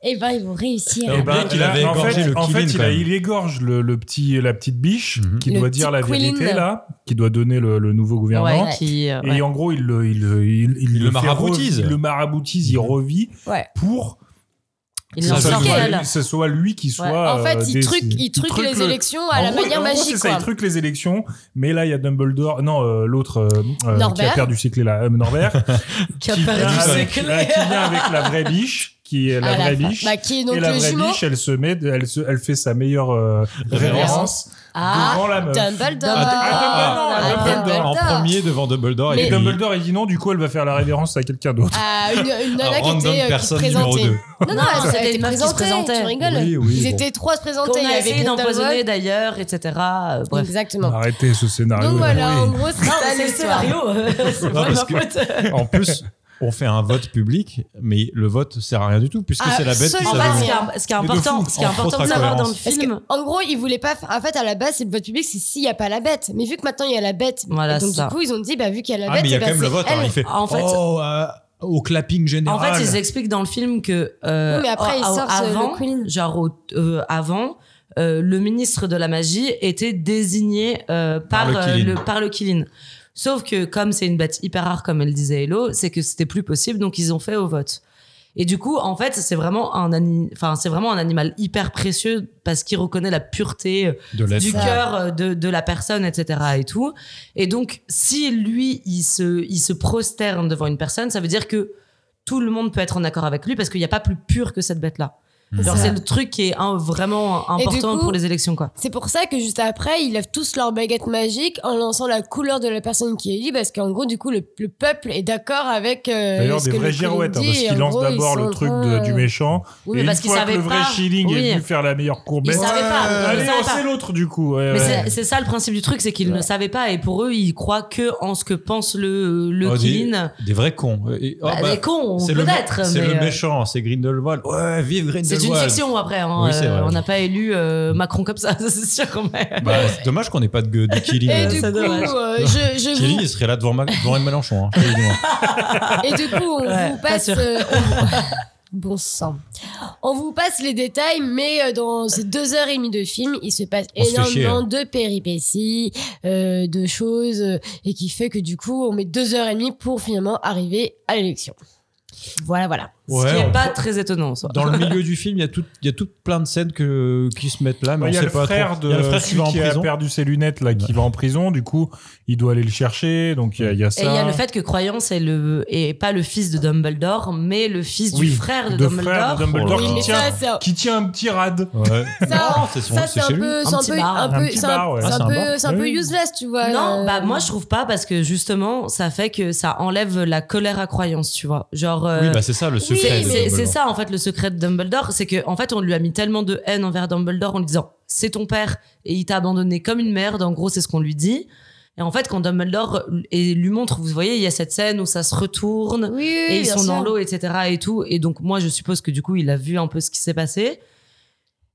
B: eh ben ils vont réussir.
A: Eh
B: à
A: ben,
B: vaincre.
A: il avait
C: en
A: égorgé
C: fait,
A: le
C: en
A: Killing,
C: fait, il,
A: quand
C: a-
A: même.
C: il égorge le, le petit, la petite biche
A: Mhm.
C: qui
B: Le
C: doit dire la
B: petit
C: vérité
B: Quillen.
C: là, qui doit donner le, le nouveau
D: Ouais,
C: gouvernement.
D: qui, euh,
C: Et
D: ouais.
C: en gros, il le, il, le- il- il
A: Il le
C: fait
A: maraboutise. Mhm.
C: rev- il le maraboutise, il revit
B: Ouais.
C: pour
D: Il
C: que
D: lance
C: ce
D: leur
C: soit
D: gueule.
C: lui- ce soit lui qui soit.
D: Ouais.
B: En fait,
C: euh,
B: ils
C: déc-
B: truquent, ils
C: il
B: truquent
C: truque
B: les
C: le-
B: élections à
C: En
B: la
C: gros-
B: manière
C: en gros,
B: magique.
C: C'est ça,
B: quoi.
C: il truc les élections, mais là il y a Dumbledore, non euh, l'autre euh, euh, qui a
B: Norbert.
C: perdu ses clés là, euh, Norbert,
D: Qui a
C: qui,
D: perdu
C: vient
D: ses
C: avec,
D: clés.
C: euh, qui vient avec la vraie biche, qui est la
B: À la
C: vraie
B: fin.
C: biche.
B: Bah, qui est donc
C: et la
B: le
C: vraie
B: jumeau
C: biche, elle se met, elle, se, elle fait sa meilleure euh, révérence
B: à
C: devant la meuf.
B: Dumbledore.
C: Ah,
B: À
C: Dumbledore,
A: Ah,
C: Dumbledore.
A: en premier devant Dumbledore
B: Mais-
C: Et
A: puis-
C: Dumbledore, il dit non, du coup, elle va faire la révérence à quelqu'un d'autre.
B: À une, une
A: Ah,
B: nana qui
A: random
B: était euh, qui se
A: personne numéro
B: présentait.
A: deux.
B: Non, non, elle
D: c'était
B: était
D: une meuf qui se
B: présentée,
D: présentait.
B: Tu rigoles
A: Oui, oui,
B: Ils
A: bon.
B: étaient trois à se présenter.
D: Qu'on
B: Il y
D: a
B: avait
D: essayé d'empoisonner
B: Grindelwald.
D: d'ailleurs, etc. Euh, Bref.
B: Exactement.
C: Arrêtez ce scénario.
B: Donc voilà,
C: Oui.
B: en gros, c'est
D: Non,
B: ça
D: c'est le
B: l'histoire.
D: scénario. C'est
A: Non,
D: pas ma
A: parce que-
D: faute.
A: En plus, on fait un vote public, mais le vote sert à rien du tout, puisque c'est la bête qui
B: Absolument.
D: Ah, En
B: Ça
D: fait, ce
A: s'avance.
D: qui est- ce qui est
A: Mais de
D: important,
A: fou,
D: ce qui est
A: en
D: important de
A: contre
D: savoir dans le
A: cohérence.
B: Parce que,
D: film,
B: en gros, ils voulaient pas. faire- En fait, à la base, c'est le vote public, c'est s'il n'y a pas la bête. Mais vu que maintenant il y a la bête,
D: Voilà,
B: et donc
D: ça.
B: du coup, ils ont dit, bah vu qu'il y a la
A: Ah,
B: bête,
A: mais il y a
B: eh
A: quand
B: ben,
A: même le
B: c'est
A: vote. hein,
B: elle.
A: il fait
D: En fait-
A: oh, euh, au clapping
D: en
A: général.
D: fait, ils expliquent dans le film que euh,
B: Oui, mais après,
D: a-
B: ils sortent, euh,
D: avant,
B: le Queen.
D: genre au- euh, avant, euh, le ministre de la magie était désigné euh, par,
A: Par le
D: euh,
A: Killin.
D: le par le Killin. Sauf que comme c'est une bête hyper rare, comme elle disait Hello, c'est que c'était plus possible, donc ils ont fait au vote. Et du coup, en fait, c'est vraiment un, ani- enfin, c'est vraiment un animal hyper précieux parce qu'il reconnaît la pureté euh,
A: de l'être.
D: du cœur euh, de, de la personne, etc. et tout. Et donc, si lui, il se, il se prosterne devant une personne, ça veut dire que tout le monde peut être en accord avec lui parce qu'il n'y a pas plus pur que cette bête-là.
A: Mhm.
D: Genre,
B: C'est
D: c'est
B: ça.
D: le truc qui est un- vraiment
B: Et du
D: important
B: coup-
D: pour les élections, quoi.
B: C'est pour ça que juste après, ils lèvent tous leur baguette magique en lançant la couleur de la personne qui est élue, parce qu'en gros, du coup, le, le peuple est d'accord avec. euh,
C: D'ailleurs,
B: ce
C: des
B: que
C: vrais
B: le Krillin
C: girouettes, hein,
B: dit,
C: parce
B: et
C: qu'ils
B: en
C: lancent
B: gros, ils
C: d'abord
B: sont
C: le truc
B: en
C: de-
B: train,
C: du
B: euh,
C: méchant.
D: Oui,
C: et
D: mais
C: une
D: parce qu'ils
C: fois que
D: savaient
C: le vrai
D: pas.
C: Schilling
D: Oui.
C: est venu faire la meilleure
D: Ils
C: courbette.
D: savaient pas. ils
C: Allez,
D: savaient
C: on
D: pas.
C: sait l'autre du coup. ouais,
D: Mais
C: ouais.
D: c'est- c'est ça le principe du truc, c'est qu'ils ne savaient pas. Et pour eux, ils croient que en ce que pense le, le
A: Oh, des-
D: Killin.
A: Des vrais cons. Et- oh,
D: Bah,
A: bah,
D: des cons,
A: c'est le mé-
D: peut-être.
A: C'est
D: mais,
A: le
D: euh,
A: méchant, c'est Grindelwald. Ouais, vive Grindelwald.
D: C'est une fiction après. hein.
A: Oui, c'est
D: Euh,
A: vrai.
D: on n'a pas élu euh, Macron comme ça, c'est sûr. Mais...
A: Bah, c'est dommage qu'on n'ait pas de, gue- de Killing. euh,
B: Et du
D: Ça
B: coup,
D: dommage.
B: euh, je, je
A: Killing,
B: vous,
A: il serait là devant, Ma- devant Anne Mélenchon. hein, quasiment.
B: et du coup, on
D: Ouais,
B: vous
D: pas
B: passe.
D: sûr.
B: euh, on- bon sang. On vous passe les détails, mais euh, dans ces deux heures et demie de film, il se passe
A: On se fait chier, hein.
B: énormément de péripéties, euh, de choses, euh, et qui fait que du coup, on met deux heures et demie pour finalement arriver à l'élection. Voilà, voilà.
D: ce qui
A: Ouais,
D: n'est
A: on-
D: pas très étonnant. en soi.
A: Dans le milieu du film, il y a tout, il y a tout plein de scènes que, qui se mettent là, mais
C: Ah, Bah, Il
A: on
C: y a
A: sait
C: le
A: pas
C: frère
A: trop.
C: de
A: Il y a le frère qui
C: celui
A: va en
C: qui a
A: prison.
C: perdu ses lunettes là, qui va en prison. Du coup, il doit aller le chercher. Donc il y a- il y a ça.
D: Et il y a le fait que Croyance est, le, est pas le fils de Dumbledore, mais le fils
C: Oui,
D: du frère de
C: de
D: Dumbledore.
C: frère de
A: Oh
C: Dumbledore
A: là
B: Oui,
A: là.
B: mais
C: qui,
B: ça,
C: tient,
B: c'est un-
C: qui tient un petit rad.
A: Ouais.
B: Ça,
A: Non, c'est son-
B: ça, c'est un
A: chez lui.
B: peu, c'est
D: Un
B: un
D: petit
B: peu,
D: bar,
B: un
C: un
B: peu,
C: petit
B: c'est
C: bar,
B: un-
C: ouais.
B: c'est
A: Ah, c'est
B: un
A: un
B: peu,
A: bar.
B: c'est un peu
C: Oui.
B: useless, tu vois.
D: Non,
B: euh,
D: bah moi je trouve pas parce que justement ça fait que ça enlève la colère à Croyance, tu vois. Genre. euh,
A: Oui, bah c'est ça le
D: c'est-
A: secret. de
D: c'est c'est
A: Dumbledore.
D: ça en fait le secret de Dumbledore, c'est que en fait on lui a mis tellement de haine envers Dumbledore en lui disant c'est ton père et il t'a abandonné comme une merde. En gros c'est ce qu'on lui dit. Et en fait quand Dumbledore euh, et lui montre, vous voyez il y a cette scène où ça se retourne
B: Oui, oui,
D: et
B: oui,
D: ils
B: bien
D: sont dans
B: sûr.
D: l'eau, etc. Et tout. Et donc, moi, je suppose que du coup, il a vu un peu ce qui s'est passé.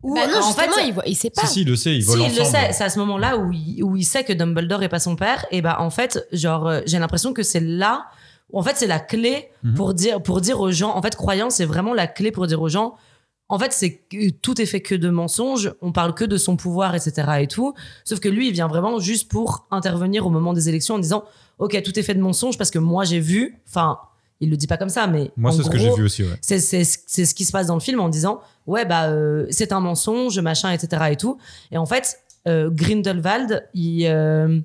D: Ou
B: Bah non,
D: en fait,
B: justement, il, voit, il sait pas.
A: Si, si, il le sait, ils volent
D: si, il le
A: ensemble.
D: sait, c'est à ce moment-là où il, où il sait que Dumbledore est pas son père. Et bah, en fait, genre, euh, j'ai l'impression que c'est là. où, En fait, c'est la clé
A: Mhm.
D: pour dire pour dire aux gens. En fait, croyance, c'est vraiment la clé pour dire aux gens. En fait, c'est que tout est fait que de mensonges. On parle que de son pouvoir, etc. Et tout. Sauf que lui, il vient vraiment juste pour intervenir au moment des élections en disant, ok, tout est fait de mensonges parce que moi j'ai vu. Enfin, il le dit pas comme ça, mais
A: Moi,
D: en
A: c'est ce que
D: gros,
A: j'ai vu aussi, ouais.
D: c'est c'est ce c'est ce qui se passe dans le film en disant ouais bah euh, c'est un mensonge machin etc et tout et en fait euh, Grindelwald il euh,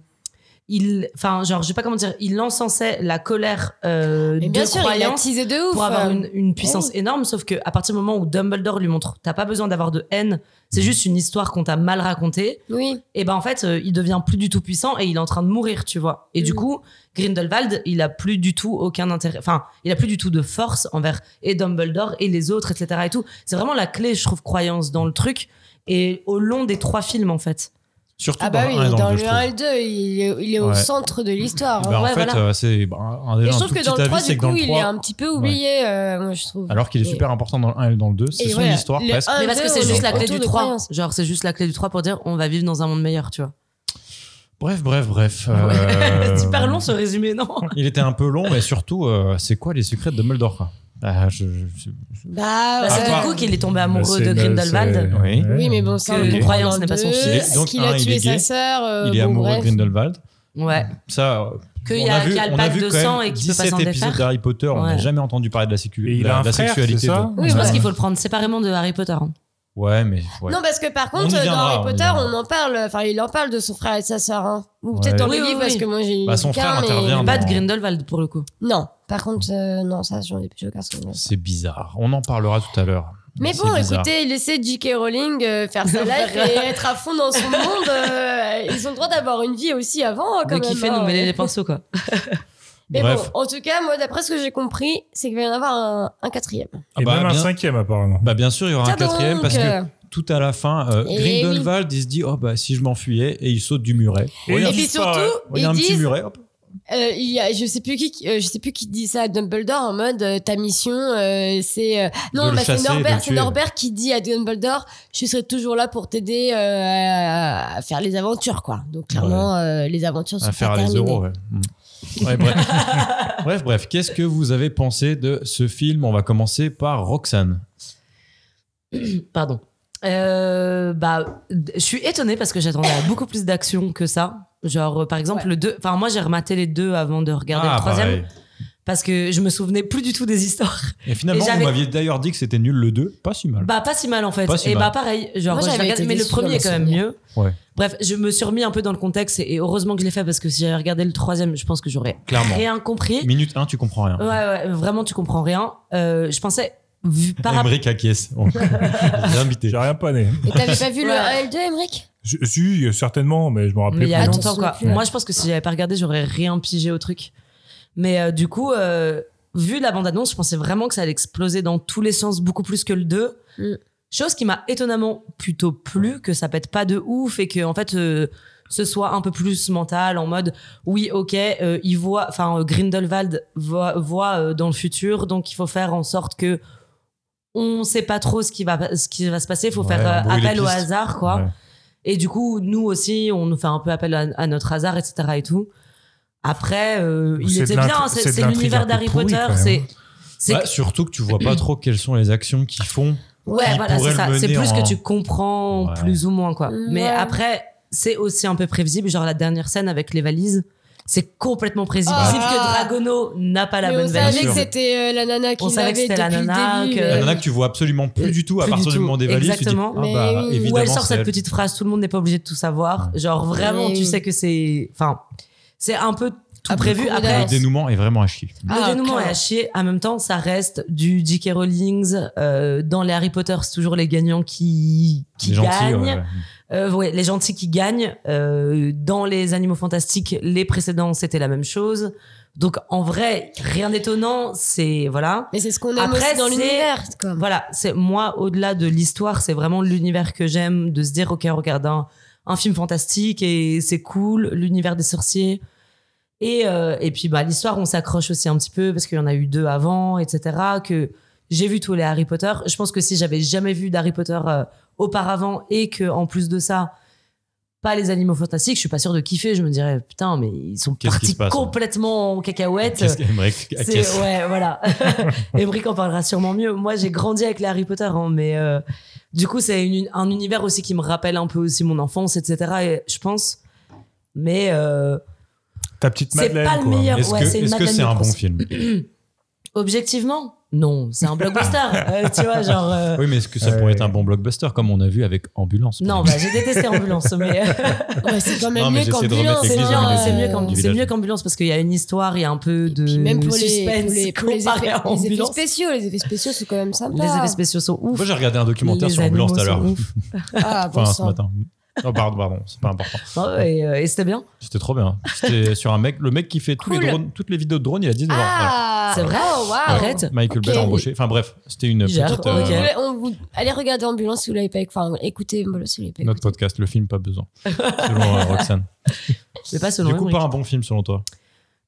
D: il enfin genre je sais pas comment dire il encensait la colère euh,
B: Mais
D: de
B: bien sûr, il a
D: croyance
B: teasé de ouf.
D: pour avoir
B: euh.
D: une, une puissance énorme sauf que à partir du moment où Dumbledore lui montre t'as pas besoin d'avoir de haine c'est juste une histoire qu'on t'a mal racontée
B: Oui.
D: et ben en fait euh, il devient plus du tout puissant et il est en train de mourir tu vois et du
B: Mm.
D: coup Grindelwald il a plus du tout aucun intérêt enfin il a plus du tout de force envers et Dumbledore et les autres etc et tout c'est vraiment la clé je trouve croyance dans le truc et au long des trois films en fait
A: Surtout
B: Ah bah
A: dans
B: oui,
A: le un et
B: dans
A: deux, je
B: le 1
A: trouve.
B: et le 2, il est, il est au
A: Ouais.
B: centre de l'histoire.
A: Bah, en
D: Ouais,
A: fait,
D: voilà.
A: euh, c'est bah, un, un,
B: Et
A: déjà
B: je
A: un
B: trouve
A: tout
B: que dans
A: petit
B: le 3,
A: avis, c'est
B: du
A: que dans
B: coup,
A: le
B: il est
A: 3,
B: un petit peu oublié, euh, moi, je trouve.
A: alors qu'il est
B: Et-
A: super important dans le 1 et dans le 2, c'est
B: et
A: son
B: voilà,
A: histoire
B: le
A: presque.
B: un-
D: Ah, mais parce que c'est
B: deux,
D: juste la
B: autour
D: clé du
B: de
D: 3
B: croyance.
D: genre c'est juste la clé du 3 pour dire on va vivre dans un monde meilleur tu vois
A: Bref, bref, bref. euh,
D: Super long ce résumé, non
A: Il était un peu long, mais surtout, euh, c'est quoi les secrets de Dumbledore quoi Ah, je- je- je-
B: Bah,
D: Bah, C'est
B: euh,
D: Coco qu'il est tombé
C: Bah,
D: amoureux
C: c'est
D: de
C: le-
D: Grindelwald.
C: c'est-
A: Oui.
C: ouais.
B: Oui, mais bon, ça,
A: Que
B: on
A: les
B: comprend
D: croyances
B: dans
D: n'est pas son
B: deux,
D: fils.
A: Il est- donc,
B: Qu'il
A: un,
B: a
A: il est
B: tué
A: gay,
B: sa sœur. euh,
A: Il est
B: bon,
A: amoureux
B: bref.
A: de Grindelwald.
D: Ouais.
A: Ça, euh,
D: Qu'il
A: on
D: y a-
A: a vu,
D: qu'il y a le
A: on
D: pacte
A: vu
D: de
A: quand même
D: sang et qu'il peut pas
A: 17
D: s'en
A: épisodes
D: défaire.
A: d'Harry Potter, on n'a
D: Ouais.
A: jamais entendu parler de la, sécu-
C: Et il
A: de la-
C: a un
A: de la
C: frère,
A: sexualité.
C: c'est ça
A: de-
B: Oui,
D: Je
B: voilà.
D: pense qu'il faut le prendre séparément de Harry Potter. hein.
A: Ouais, mais. ouais.
B: Non, parce que par
A: On y
B: contre, dans
A: viendra, on y
B: Harry Potter,
A: viendra.
B: on en parle. Enfin, il en parle de son frère et de sa sœur. hein. Ou
A: Ouais.
B: peut-être dans les
D: Oui, oui,
B: livres,
D: oui.
B: parce que moi, j'ai.
A: Bah, son
B: lu le
A: frère
B: bouquin, mais-
A: intervient
D: Pas de
A: Non.
D: Grindelwald pour le coup.
B: Non, par contre, euh, non, ça, j'en ai plus aucun souvenir.
A: C'est bizarre. On en parlera tout à l'heure.
B: Mais
A: C'est
B: bon,
A: bizarre.
B: écoutez, laissez J.K. Rowling euh, faire sa life et être à fond dans son monde. euh, ils ont le droit d'avoir une vie aussi avant, euh, quand
D: De
B: même.
D: qui fait
B: hein.
D: nous mêler les pinceaux quoi.
B: Mais
A: Bref.
B: bon, en tout cas, moi, d'après ce que j'ai compris, c'est qu'il va y en avoir un, un quatrième.
A: Ah
C: Et
A: bah,
C: même un
A: bien-
C: cinquième, apparemment.
A: Bah bien sûr, il y aura un
B: Tiens donc,
A: quatrième parce que
B: euh,
A: tout à la fin, euh,
B: Eh
A: Grindelwald, il se dit oh bah si je m'enfuyais et il saute du muret.
C: Et
A: Regarde,
B: Et puis
C: disparaît.
B: surtout,
A: regarde
B: ils
A: un petit
B: disent,
A: muret. hop.
B: euh, il y a, je sais plus qui, qui- euh, je sais plus qui dit ça à Dumbledore en mode euh, ta mission, euh, c'est euh,
A: De
B: non,
A: le
B: bah, c'est
A: chasser et de le
B: Norbert, c'est
A: tuer.
B: Norbert qui dit à Dumbledore, je serai toujours là pour t'aider euh, à, à faire les aventures, quoi. Donc clairement, euh, les aventures sont
A: à faire
B: pas
A: les
B: terminées.
A: euros. ouais. Mm. Ouais, bref, bref, bref. Qu'est-ce que vous avez pensé de ce film On va commencer par Roxane.
D: Pardon. Euh, bah, d- je suis étonnée parce que j'attendais à beaucoup plus d'action que ça. Genre, euh, par exemple, le 2. Enfin, moi, j'ai rematé les deux avant de regarder
A: Ah,
D: le troisième
A: pareil.
D: parce que je me souvenais plus du tout des histoires.
A: Et finalement,
D: Et
A: vous
D: j'avais-
A: m'aviez d'ailleurs dit que c'était nul le 2. Pas si mal.
D: Bah, pas si mal en fait.
A: Pas si
D: et
A: mal.
D: bah, pareil. Genre,
B: Moi,
D: je
B: j'avais
D: regarde-
B: été
D: mais le
B: déçue dans
D: premier est
B: mes
D: quand même
B: souvenirs.
D: mieux.
A: Ouais.
D: Bref, je me suis remis un peu dans le contexte et, et heureusement que je l'ai fait parce que si j'avais regardé le troisième, je pense que j'aurais
A: Clairement.
D: rien compris.
A: Minute 1, tu comprends rien.
D: Ouais, ouais, vraiment, tu comprends rien. Euh, je pensais, vu- par rapport.
A: Emmerich acquiesce. On- J'ai invité.
C: J'ai rien pané.
B: Et t'avais pas vu le
D: Ouais.
B: 1 et le 2, Emmerich
C: Je- Si, euh, certainement, mais je me rappelais
D: Mais il y a
B: Ah,
C: plus.
B: t'en
D: longtemps,
B: souviens
D: quoi.
B: plus.
D: Moi, je pense que si j'avais pas regardé, j'aurais rien pigé au truc. Mais euh, du coup, euh, vu la bande-annonce, je pensais vraiment que ça allait exploser dans tous les sens, beaucoup plus que le 2.
B: Mm.
D: Chose qui m'a étonnamment plutôt plu, que ça pète pas de ouf et que, en fait, euh, ce soit un peu plus mental, en mode, oui, ok, euh, il voit, enfin, euh, Grindelwald voit, voit euh, dans le futur, donc il faut faire en sorte que on sait pas trop ce qui va, ce qui va se passer, il faut
A: Ouais,
D: faire euh,
A: embrouiller les
D: appel au
A: pistes.
D: hasard, quoi.
A: Ouais.
D: Et du coup, nous aussi, on nous fait un peu appel à, à notre hasard, etc. et tout. Après, euh, il
C: C'est
D: était
C: de l'int-
D: bien,
C: c'est
D: c'est
C: de
D: c'est
C: l'intrigue un
D: l'univers
C: peu
D: d'Harry
C: pourrie,
D: Potter,
C: quand même.
D: c'est. c'est-
A: Bah, surtout que tu vois pas trop quelles sont les actions qu'ils font.
D: ouais,
A: qui
D: voilà,
A: pourrait
D: c'est
A: le
D: ça. C'est
A: mener
D: plus
A: en-
D: que tu comprends
A: Ouais.
D: plus ou moins, quoi. Mais
B: Ouais.
D: après, c'est aussi un peu prévisible. Genre la dernière scène avec les valises, c'est complètement prévisible
B: Ah.
D: que Dragono n'a pas la
B: Mais
D: bonne
B: on
D: valise.
B: savait
A: Bien sûr.
B: que c'était euh, la nana qui
D: On savait que
B: l'avait
D: c'était la
B: depuis le
D: nana, que-
B: début, euh. mais-
A: La nana que tu vois absolument plus du tout à
D: Plus du
A: partir du
D: tout.
A: moment des valises.
D: Exactement.
A: Tu dis, ah bah,
B: Mais oui.
A: évidemment,
D: Ou elle sort
A: c'est
D: cette
A: elle.
D: petite phrase, tout le monde n'est pas obligé de tout savoir. Genre vraiment,
B: Mais
D: tu
B: oui.
D: sais que c'est. Enfin, c'est un peu tout
B: Après
D: prévu.
B: coup,
D: Après,
A: Le dénouement est vraiment à chier.
D: Le
B: Ah,
D: dénouement est
B: clairement.
D: à chier. En même temps, ça reste du J.K. Rowling. euh, dans les Harry Potter, c'est toujours les gagnants qui, qui
A: C'est gentil.
D: gagnent.
A: ouais, ouais.
D: Euh, ouais, les gentils qui gagnent. Euh, dans les Animaux Fantastiques, les précédents, c'était la même chose. Donc, en vrai, rien d'étonnant. C'est voilà.
B: Mais c'est ce qu'on aime
D: Après,
B: aussi dans
D: c'est-
B: l'univers, quoi.
D: Voilà, c'est moi au-delà de l'histoire, c'est vraiment l'univers que j'aime de se dire ok, on regarde un, un film fantastique et c'est cool, l'univers des sorciers. Et, euh, et puis bah l'histoire, on s'accroche aussi un petit peu parce qu'il y en a eu deux avant, etc. Que j'ai vu tous les Harry Potter. Je pense que si j'avais jamais vu d'Harry Potter euh, auparavant et que en plus de ça pas les animaux fantastiques, je suis pas sûre de kiffer. Je me dirais putain, mais ils sont
A: Qu'est-ce qui
D: partis
A: se passe, hein
D: complètement en cacahuète.
A: Qu'est-ce qu'Emmerich
D: C'est-
A: acquiesce
D: ouais, voilà. Emmerich en parlera sûrement mieux. Moi, j'ai grandi avec les Harry Potter, hein, mais euh, du coup, c'est une- un univers aussi qui me rappelle un peu aussi mon enfance, etc. Et je pense. Mais euh,
C: Ta petite
D: c'est
C: Madeleine.
D: pas le
C: quoi.
D: meilleur.
A: Est-ce
D: Ouais,
A: que
D: c'est une
A: est-ce que
D: Madeleine
A: c'est un
D: de
A: bon
D: Proust.
A: film
D: Objectivement, non, c'est un blockbuster. Euh, tu vois, genre. euh,
A: Oui, mais est-ce que ça pourrait
C: Ouais.
A: être un bon blockbuster comme on a vu avec Ambulance par
D: Non,
A: exemple
D: bah, j'ai détesté Ambulance, mais. euh,
B: Ouais, c'est quand même
A: Non, mais
B: mieux
A: j'essaie de remettre
B: qu'ambulance.
A: les
D: C'est
A: clés
D: mieux,
A: dans
B: hein.
A: le-
D: c'est mieux
A: comme
D: qu'ambu-
A: du
D: c'est
A: euh, village.
D: mieux qu'ambulance parce qu'il y a une histoire, il y a un peu de
B: Puis même pour les,
D: suspense
B: pour les- pour
D: comparé
B: les effets,
D: à
B: les effets
D: ambulance.
B: spéciaux, les effets spéciaux sont quand même sympas.
D: Les effets spéciaux sont ouf.
A: Moi, j'ai regardé un documentaire
D: Les
A: sur Ambulance tout à l'heure.
D: animaux sont ouf.
B: Ah, bon
A: Enfin, ce
B: sang.
A: matin. hein. Non, pardon, pardon, c'est pas important.
D: Ouais, et, euh, et c'était bien.
A: C'était trop bien. C'était sur un mec, le mec qui fait tous les
B: Cool.
A: drones, toutes les vidéos de drones, il a dit de voir. Voilà.
B: Ah,
D: C'est vrai
B: Oh, waouh.
D: Arrête.
A: Michael
B: Ok.
A: Bay l'a embauché. Enfin bref, c'était une
D: Bizarre,
A: petite.
B: On
D: ok.
A: euh,
B: voulait- on vous- Allez regarder Ambulance si vous l'avez pas écouté. Enfin, écoutez Ambulance si vous l'avez pas
A: Notre
B: écouté.
A: podcast, le film, pas besoin. Selon euh, Roxane.
D: Mais pas selon
A: Du coup,
D: Emmerich.
A: pas un bon film selon toi.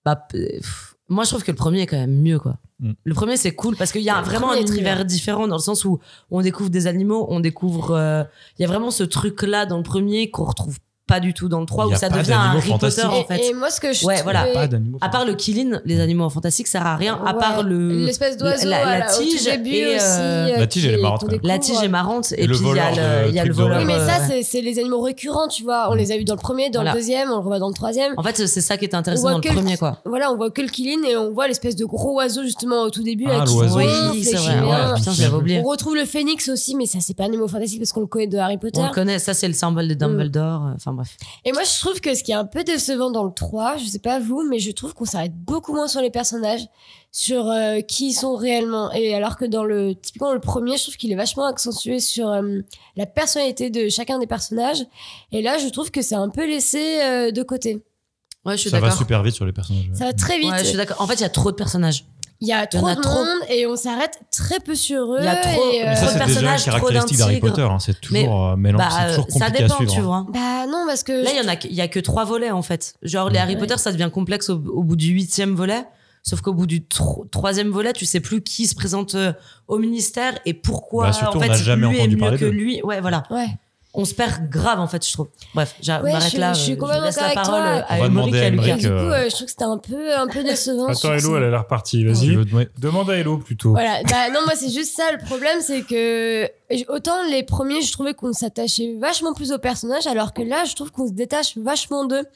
D: Bah, p- pff, moi, je trouve que le premier est quand même mieux, quoi.
A: Mm.
D: Le premier, c'est cool parce qu'il y a
B: Le
D: vraiment un
B: premier est mieux.
D: univers différent dans le sens où on découvre des animaux, on découvre. euh, Il y a vraiment ce truc-là dans le premier qu'on retrouve pas du tout dans le 3
A: Il y
D: où
A: a
D: ça
A: pas
D: devient un
A: d'animaux
D: Harry Potter
A: fantastiques. Mm.
D: en
B: Et, et
D: fait.
B: moi, ce que je
D: Ouais, voilà.
B: trouvais-
A: Pas d'animaux.
D: À part le killing, les animaux fantastiques, ça sert à rien. À
B: Ouais.
D: part le
B: L'espèce d'oiseau
D: la-
B: à
D: la
B: au tout
D: tige
B: début
D: et,
B: aussi.
D: euh,
B: euh,
A: La tige, elle est
B: qui-
A: marrante,
B: qu'on
A: ouais.
D: la
B: découvre.
D: tige est marrante et,
A: Et le
D: puis il y
A: voleur
D: a
A: de
D: le, il y a le
A: truc d'or.
D: voleur.
B: Oui, mais ça,
D: euh,
B: c'est- c'est les animaux récurrents, tu
A: Mm.
B: vois. On les a eu dans le premier, dans
D: Voilà.
B: le deuxième, on le revoit dans le troisième.
D: En fait, c'est ça qui était intéressant
B: Ouais,
D: dans le
B: quel-
D: premier, quoi.
B: Voilà, on voit que le Killing et on voit l'espèce de gros oiseau justement au tout début.
A: Ah,
B: là, qui
A: l'oiseau.
B: se
D: Oui,
B: gonfle et
D: c'est
B: qui
D: vrai.
B: vient.
D: Ouais, putain, j'avais oublié.
B: On retrouve le phénix aussi, mais ça, c'est pas un animal fantastique parce qu'on le connaît de Harry Potter.
D: On le connaît, ça c'est le symbole
B: Mm.
D: de Dumbledore. euh, Enfin bref.
B: Et moi, je trouve que ce qui est un peu décevant dans le 3, je sais pas vous, mais je trouve qu'on s'arrête beaucoup moins sur les personnages, sur euh, qui ils sont réellement. Et alors que dans le, typiquement le premier, je trouve qu'il est vachement accentué sur euh, la personnalité de chacun des personnages. Et là, je trouve que c'est un peu laissé euh, de côté.
D: Ouais, je suis
A: Ça va
D: d'accord.
A: super vite sur les personnages. ouais.
B: Ça va très vite.
D: Ouais, je suis d'accord. En fait, il y a trop de personnages.
B: il y a trop
D: a
B: de
D: trop.
B: monde et on s'arrête très peu sur eux.
D: Il y a trop-
B: et, euh,
D: Mais
A: Mais
D: trop
A: ça,
D: de
A: c'est déjà
D: personnages,
A: une
D: trop
A: caractéristique d'Harry
D: d'intrigues.
A: Potter. hein, C'est toujours, euh, mélange,
D: bah,
A: c'est toujours
D: ça
A: compliqué
D: dépend,
A: à suivre. hein.
D: tu vois.
B: bah non, parce que.
D: Là,
B: je-
D: il y en a, que- il y a que trois volets en fait. Genre les
A: Ouais.
D: Harry Potter, ça devient complexe au, au bout du huitième volet. Sauf qu'au bout du tro- troisième volet, tu sais plus qui se présente euh, au ministère et pourquoi.
A: Bah, surtout,
D: en fait,
A: on n'a jamais
D: lui est
A: entendu
D: mieux
A: parler
D: que
A: d'eux.
D: lui. Ouais, voilà.
B: Ouais.
D: On se perd grave en fait, je trouve. Bref, j'a-
B: Ouais,
D: m'arrête
B: je-
D: là.
B: je suis
D: euh,
B: complètement
D: laisse la
B: d'accord avec
D: parole euh,
B: toi.
D: à
A: On va
D: Emmerich
A: demander
D: et
A: à
D: à Lucas.
B: Et
A: Emmerich,
B: du coup,
A: euh,
B: euh, je trouve que c'était un peu, un peu décevant.
C: Attends,
B: sur ça.
C: Hello, elle est repartie.
A: Si tu
C: Vas-y.
A: veux demander-
C: Demande à Hello plutôt.
B: Voilà, bah non, moi c'est juste ça le problème, c'est que j- autant les premiers, je trouvais qu'on s'attachait vachement plus aux personnages, alors que là, je trouve qu'on se détache vachement d'eux.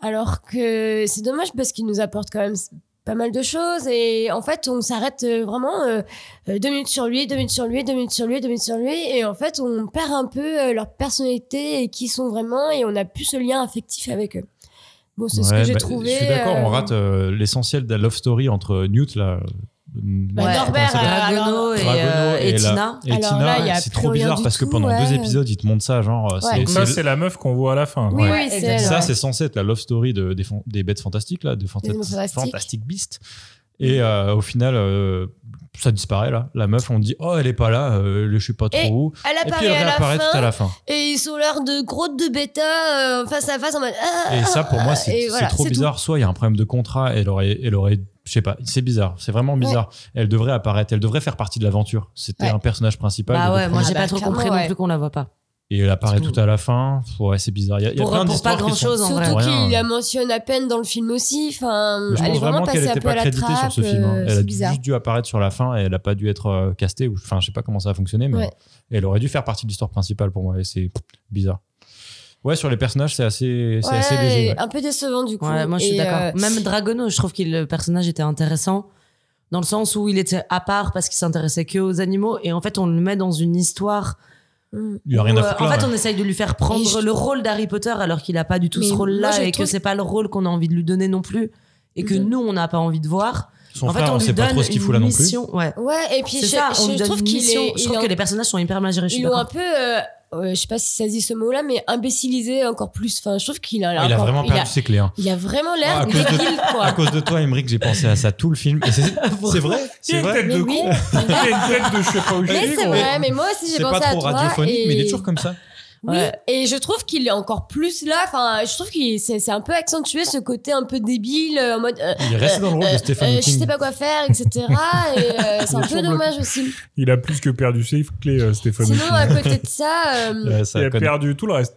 B: Alors que c'est dommage parce qu'ils nous apportent quand même s- pas mal de choses et en fait, on s'arrête euh, vraiment euh, euh, deux minutes sur lui, deux minutes sur lui, deux minutes sur lui, deux minutes sur lui, et en fait, on perd un peu euh, leur personnalité et qui ils sont vraiment, et on n'a plus ce lien affectif avec eux. Bon, c'est ce
A: Ouais,
B: que j'ai
A: bah,
B: trouvé.
A: Je suis d'accord, on
B: euh,
A: rate euh, l'essentiel de la love story entre Newt, là.
B: Bah,
D: Ouais.
B: Norbert, euh,
D: Dragono
B: alors-
D: et,
A: Dragono
D: euh, et
A: la-
D: Tina.
A: et
B: Alors
A: Tina,
B: là, il y a
A: c'est
B: plus
A: trop
B: rien
A: bizarre
B: du
A: parce
B: tout,
A: que pendant
B: ouais.
A: deux épisodes, ils te montrent ça, genre. euh,
B: Ouais.
A: c'est-
C: Donc ça,
A: c'est-
C: c'est la meuf qu'on voit à la fin.
B: Oui,
C: ouais.
B: oui, c'est elle,
A: ça,
B: ouais.
A: c'est censé être la love story de, des, fan- des bêtes fantastiques, là, de
B: Des animaux
A: Fantastic,
B: fantastiques.
A: Fantastic Beasts. Et euh, au final, euh, ça disparaît, là. La meuf, on dit, oh, elle est pas là, euh, je sais pas trop
B: Et
A: où.
B: Elle
A: Et puis
B: apparaît
A: elle
B: à, la
A: réapparaît
B: fin,
A: tout à la fin.
B: et ils sont l'air de grottes de bêta euh, face à face en mode. Ah,
A: Et
B: ah,
A: ça, pour moi, c'est
B: et
A: c'est
B: voilà,
A: trop
B: c'est
A: bizarre. Soit il y a un problème de contrat, elle aurait, elle aurait, je sais pas, c'est bizarre, c'est vraiment bizarre. Elle devrait apparaître, elle devrait faire partie de l'aventure. C'était
B: Ouais.
A: un personnage principal.
D: Bah
A: de-
D: ouais, moi
B: Ah
D: j'ai
B: bah,
D: pas trop
B: clairement,
D: compris non
B: ouais.
D: plus qu'on la voit pas.
A: Et elle apparaît
D: Surtout-
A: tout à la fin. Ouais, c'est bizarre. Il y a, il y a
D: Pour-
A: plein
D: pour pas
A: d'histoires qui sont-
D: grand-chose, en
A: sont
D: vrai.
B: ah. Surtout
A: pour rien.
B: qu'il la mentionne à peine dans le film aussi. Enfin,
A: Mais Je
B: elle est
A: pense
B: vraiment
A: vraiment qu'elle
B: passée un
A: n'était
B: peu
A: pas
B: à la
A: créditée
B: trappe.
A: sur ce film. hein.
B: euh,
A: Elle
B: c'est
A: a
B: bizarre.
A: juste dû apparaître sur la fin et elle n'a pas dû être euh, castée. Ou, enfin, je sais pas comment ça a fonctionné, mais
B: Ouais.
A: elle aurait dû faire partie de l'histoire principale pour moi. Et c'est bizarre. Ouais, sur les personnages, c'est assez, c'est
B: Ouais,
A: assez léger. ouais.
B: un peu décevant du coup.
D: Ouais, moi je suis
B: Et,
D: d'accord.
B: euh,
D: Même Dragono, je trouve que le personnage était intéressant dans le sens où il était à part parce qu'il s'intéressait que aux animaux et en fait on le met dans une histoire.
B: hum.
A: Il y a rien
D: où,
A: à
D: euh,
A: foutre.
D: en
A: là,
D: fait,
A: ouais.
D: on essaye de lui faire
B: Et
D: prendre
B: je-
D: le rôle d'Harry Potter alors qu'il a pas du tout
B: Mais
D: ce
B: moi,
D: rôle-là
B: je
D: et que
B: trouve-
D: c'est pas le rôle qu'on a envie de lui donner non plus et que
B: Mhm.
D: nous on n'a pas envie de voir.
A: Son
D: en fait,
A: frère,
D: on,
A: on
D: lui
A: sait pas
D: donne
A: trop ce qu'il
D: une
A: fout là non plus.
D: mission. Ouais.
B: Ouais, et puis
D: C'est
B: je,
D: ça, on
B: je
D: lui donne
B: trouve
D: une
B: qu'il
D: mission.
B: est.
D: Je
B: il
D: trouve
B: est
D: que les personnages sont hyper mal gérés. Je suis
B: ils l'ont un
D: d'accord.
B: peu, euh, euh, je sais pas si ça se dit ce mot-là, mais imbécilisé encore plus. Enfin, je trouve qu'il a,
A: Ah, il a
B: encore-
A: vraiment
B: il a,
A: perdu ses clés. hein.
B: il a vraiment
A: Ah,
B: l'air
A: à cause de-
B: débile,
A: À
B: quoi.
A: cause de toi, Emmerich, j'ai pensé à ça tout le film. Et c'est- C'est vrai,
C: Il a
A: c'est
C: une
A: vrai.
C: tête
B: Mais
C: de
B: oui.
C: con. Il a une tête de je sais pas où je
B: Mais
C: suis,
B: c'est
C: gros.
B: vrai, mais moi aussi j'ai
A: C'est
B: pensé
A: pas
B: à
A: trop
B: toi.
A: radiophonique, mais il
B: et-
A: est toujours comme ça.
B: Oui,
D: Ouais.
B: et je trouve qu'il est encore plus là. Enfin, je trouve qu'il c'est c'est un peu accentué ce côté un peu débile euh, en mode. euh,
A: Il est resté dans le rôle
B: euh,
A: de Stephen
B: euh, je
A: King.
B: sais pas quoi faire, etc. et euh, c'est
C: Il
B: un
C: est
B: peu
C: toujours
B: dommage aussi.
C: Il a plus que perdu ses clés, euh, Stéphane.
B: Sinon, à côté de ça, euh,
A: Ouais,
C: Il
A: ça
C: a
A: connaît.
C: perdu tout le reste.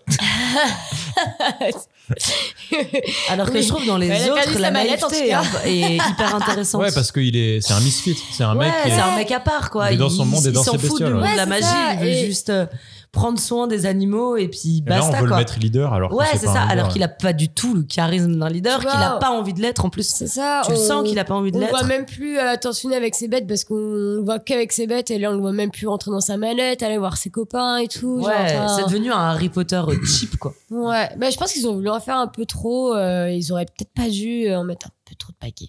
D: Alors que
B: Oui.
D: je trouve dans les
B: Elle a perdu
D: autres,
B: sa
D: la
B: mallette, en tout
D: naïveté est
B: cas.
D: un- est hyper intéressante.
A: Ouais, parce que il est- c'est un misfit. C'est un mec.
D: Ouais,
A: qui est-
D: c'est un mec à part, quoi.
A: Il est dans son monde et dans
D: s'en
A: ses
D: fout
A: bestioles,
D: du monde
A: ouais.
D: de la
B: Ouais,
D: magie,
B: c'est ça,
D: il veut
B: et-
D: juste euh, prendre soin des animaux et puis
A: Et là, on
D: basta,
A: veut le
D: quoi.
A: mettre leader alors que
D: Ouais, c'est
A: pas
D: ça.
A: un
D: Alors
A: leader.
D: qu'il a pas du tout le charisme d'un leader,
B: Tu
D: qu'il a
B: vois,
D: pas envie de l'être en plus.
B: c'est ça.
D: Tu le
B: on-
D: sens qu'il a pas envie de
B: On le voit
D: l'être.
B: même plus euh, attentionné avec ses bêtes parce qu'on le voit qu'avec ses bêtes et là on le voit même plus rentrer dans sa mallette, aller voir ses copains et tout. genre,
D: Ouais,
B: enfin,
D: c'est devenu un Harry Potter cheap, quoi.
B: Ouais, bah, je pense qu'ils ont voulu en faire un peu trop. euh, ils auraient peut-être pas dû euh, en mettre un peu trop de paquets.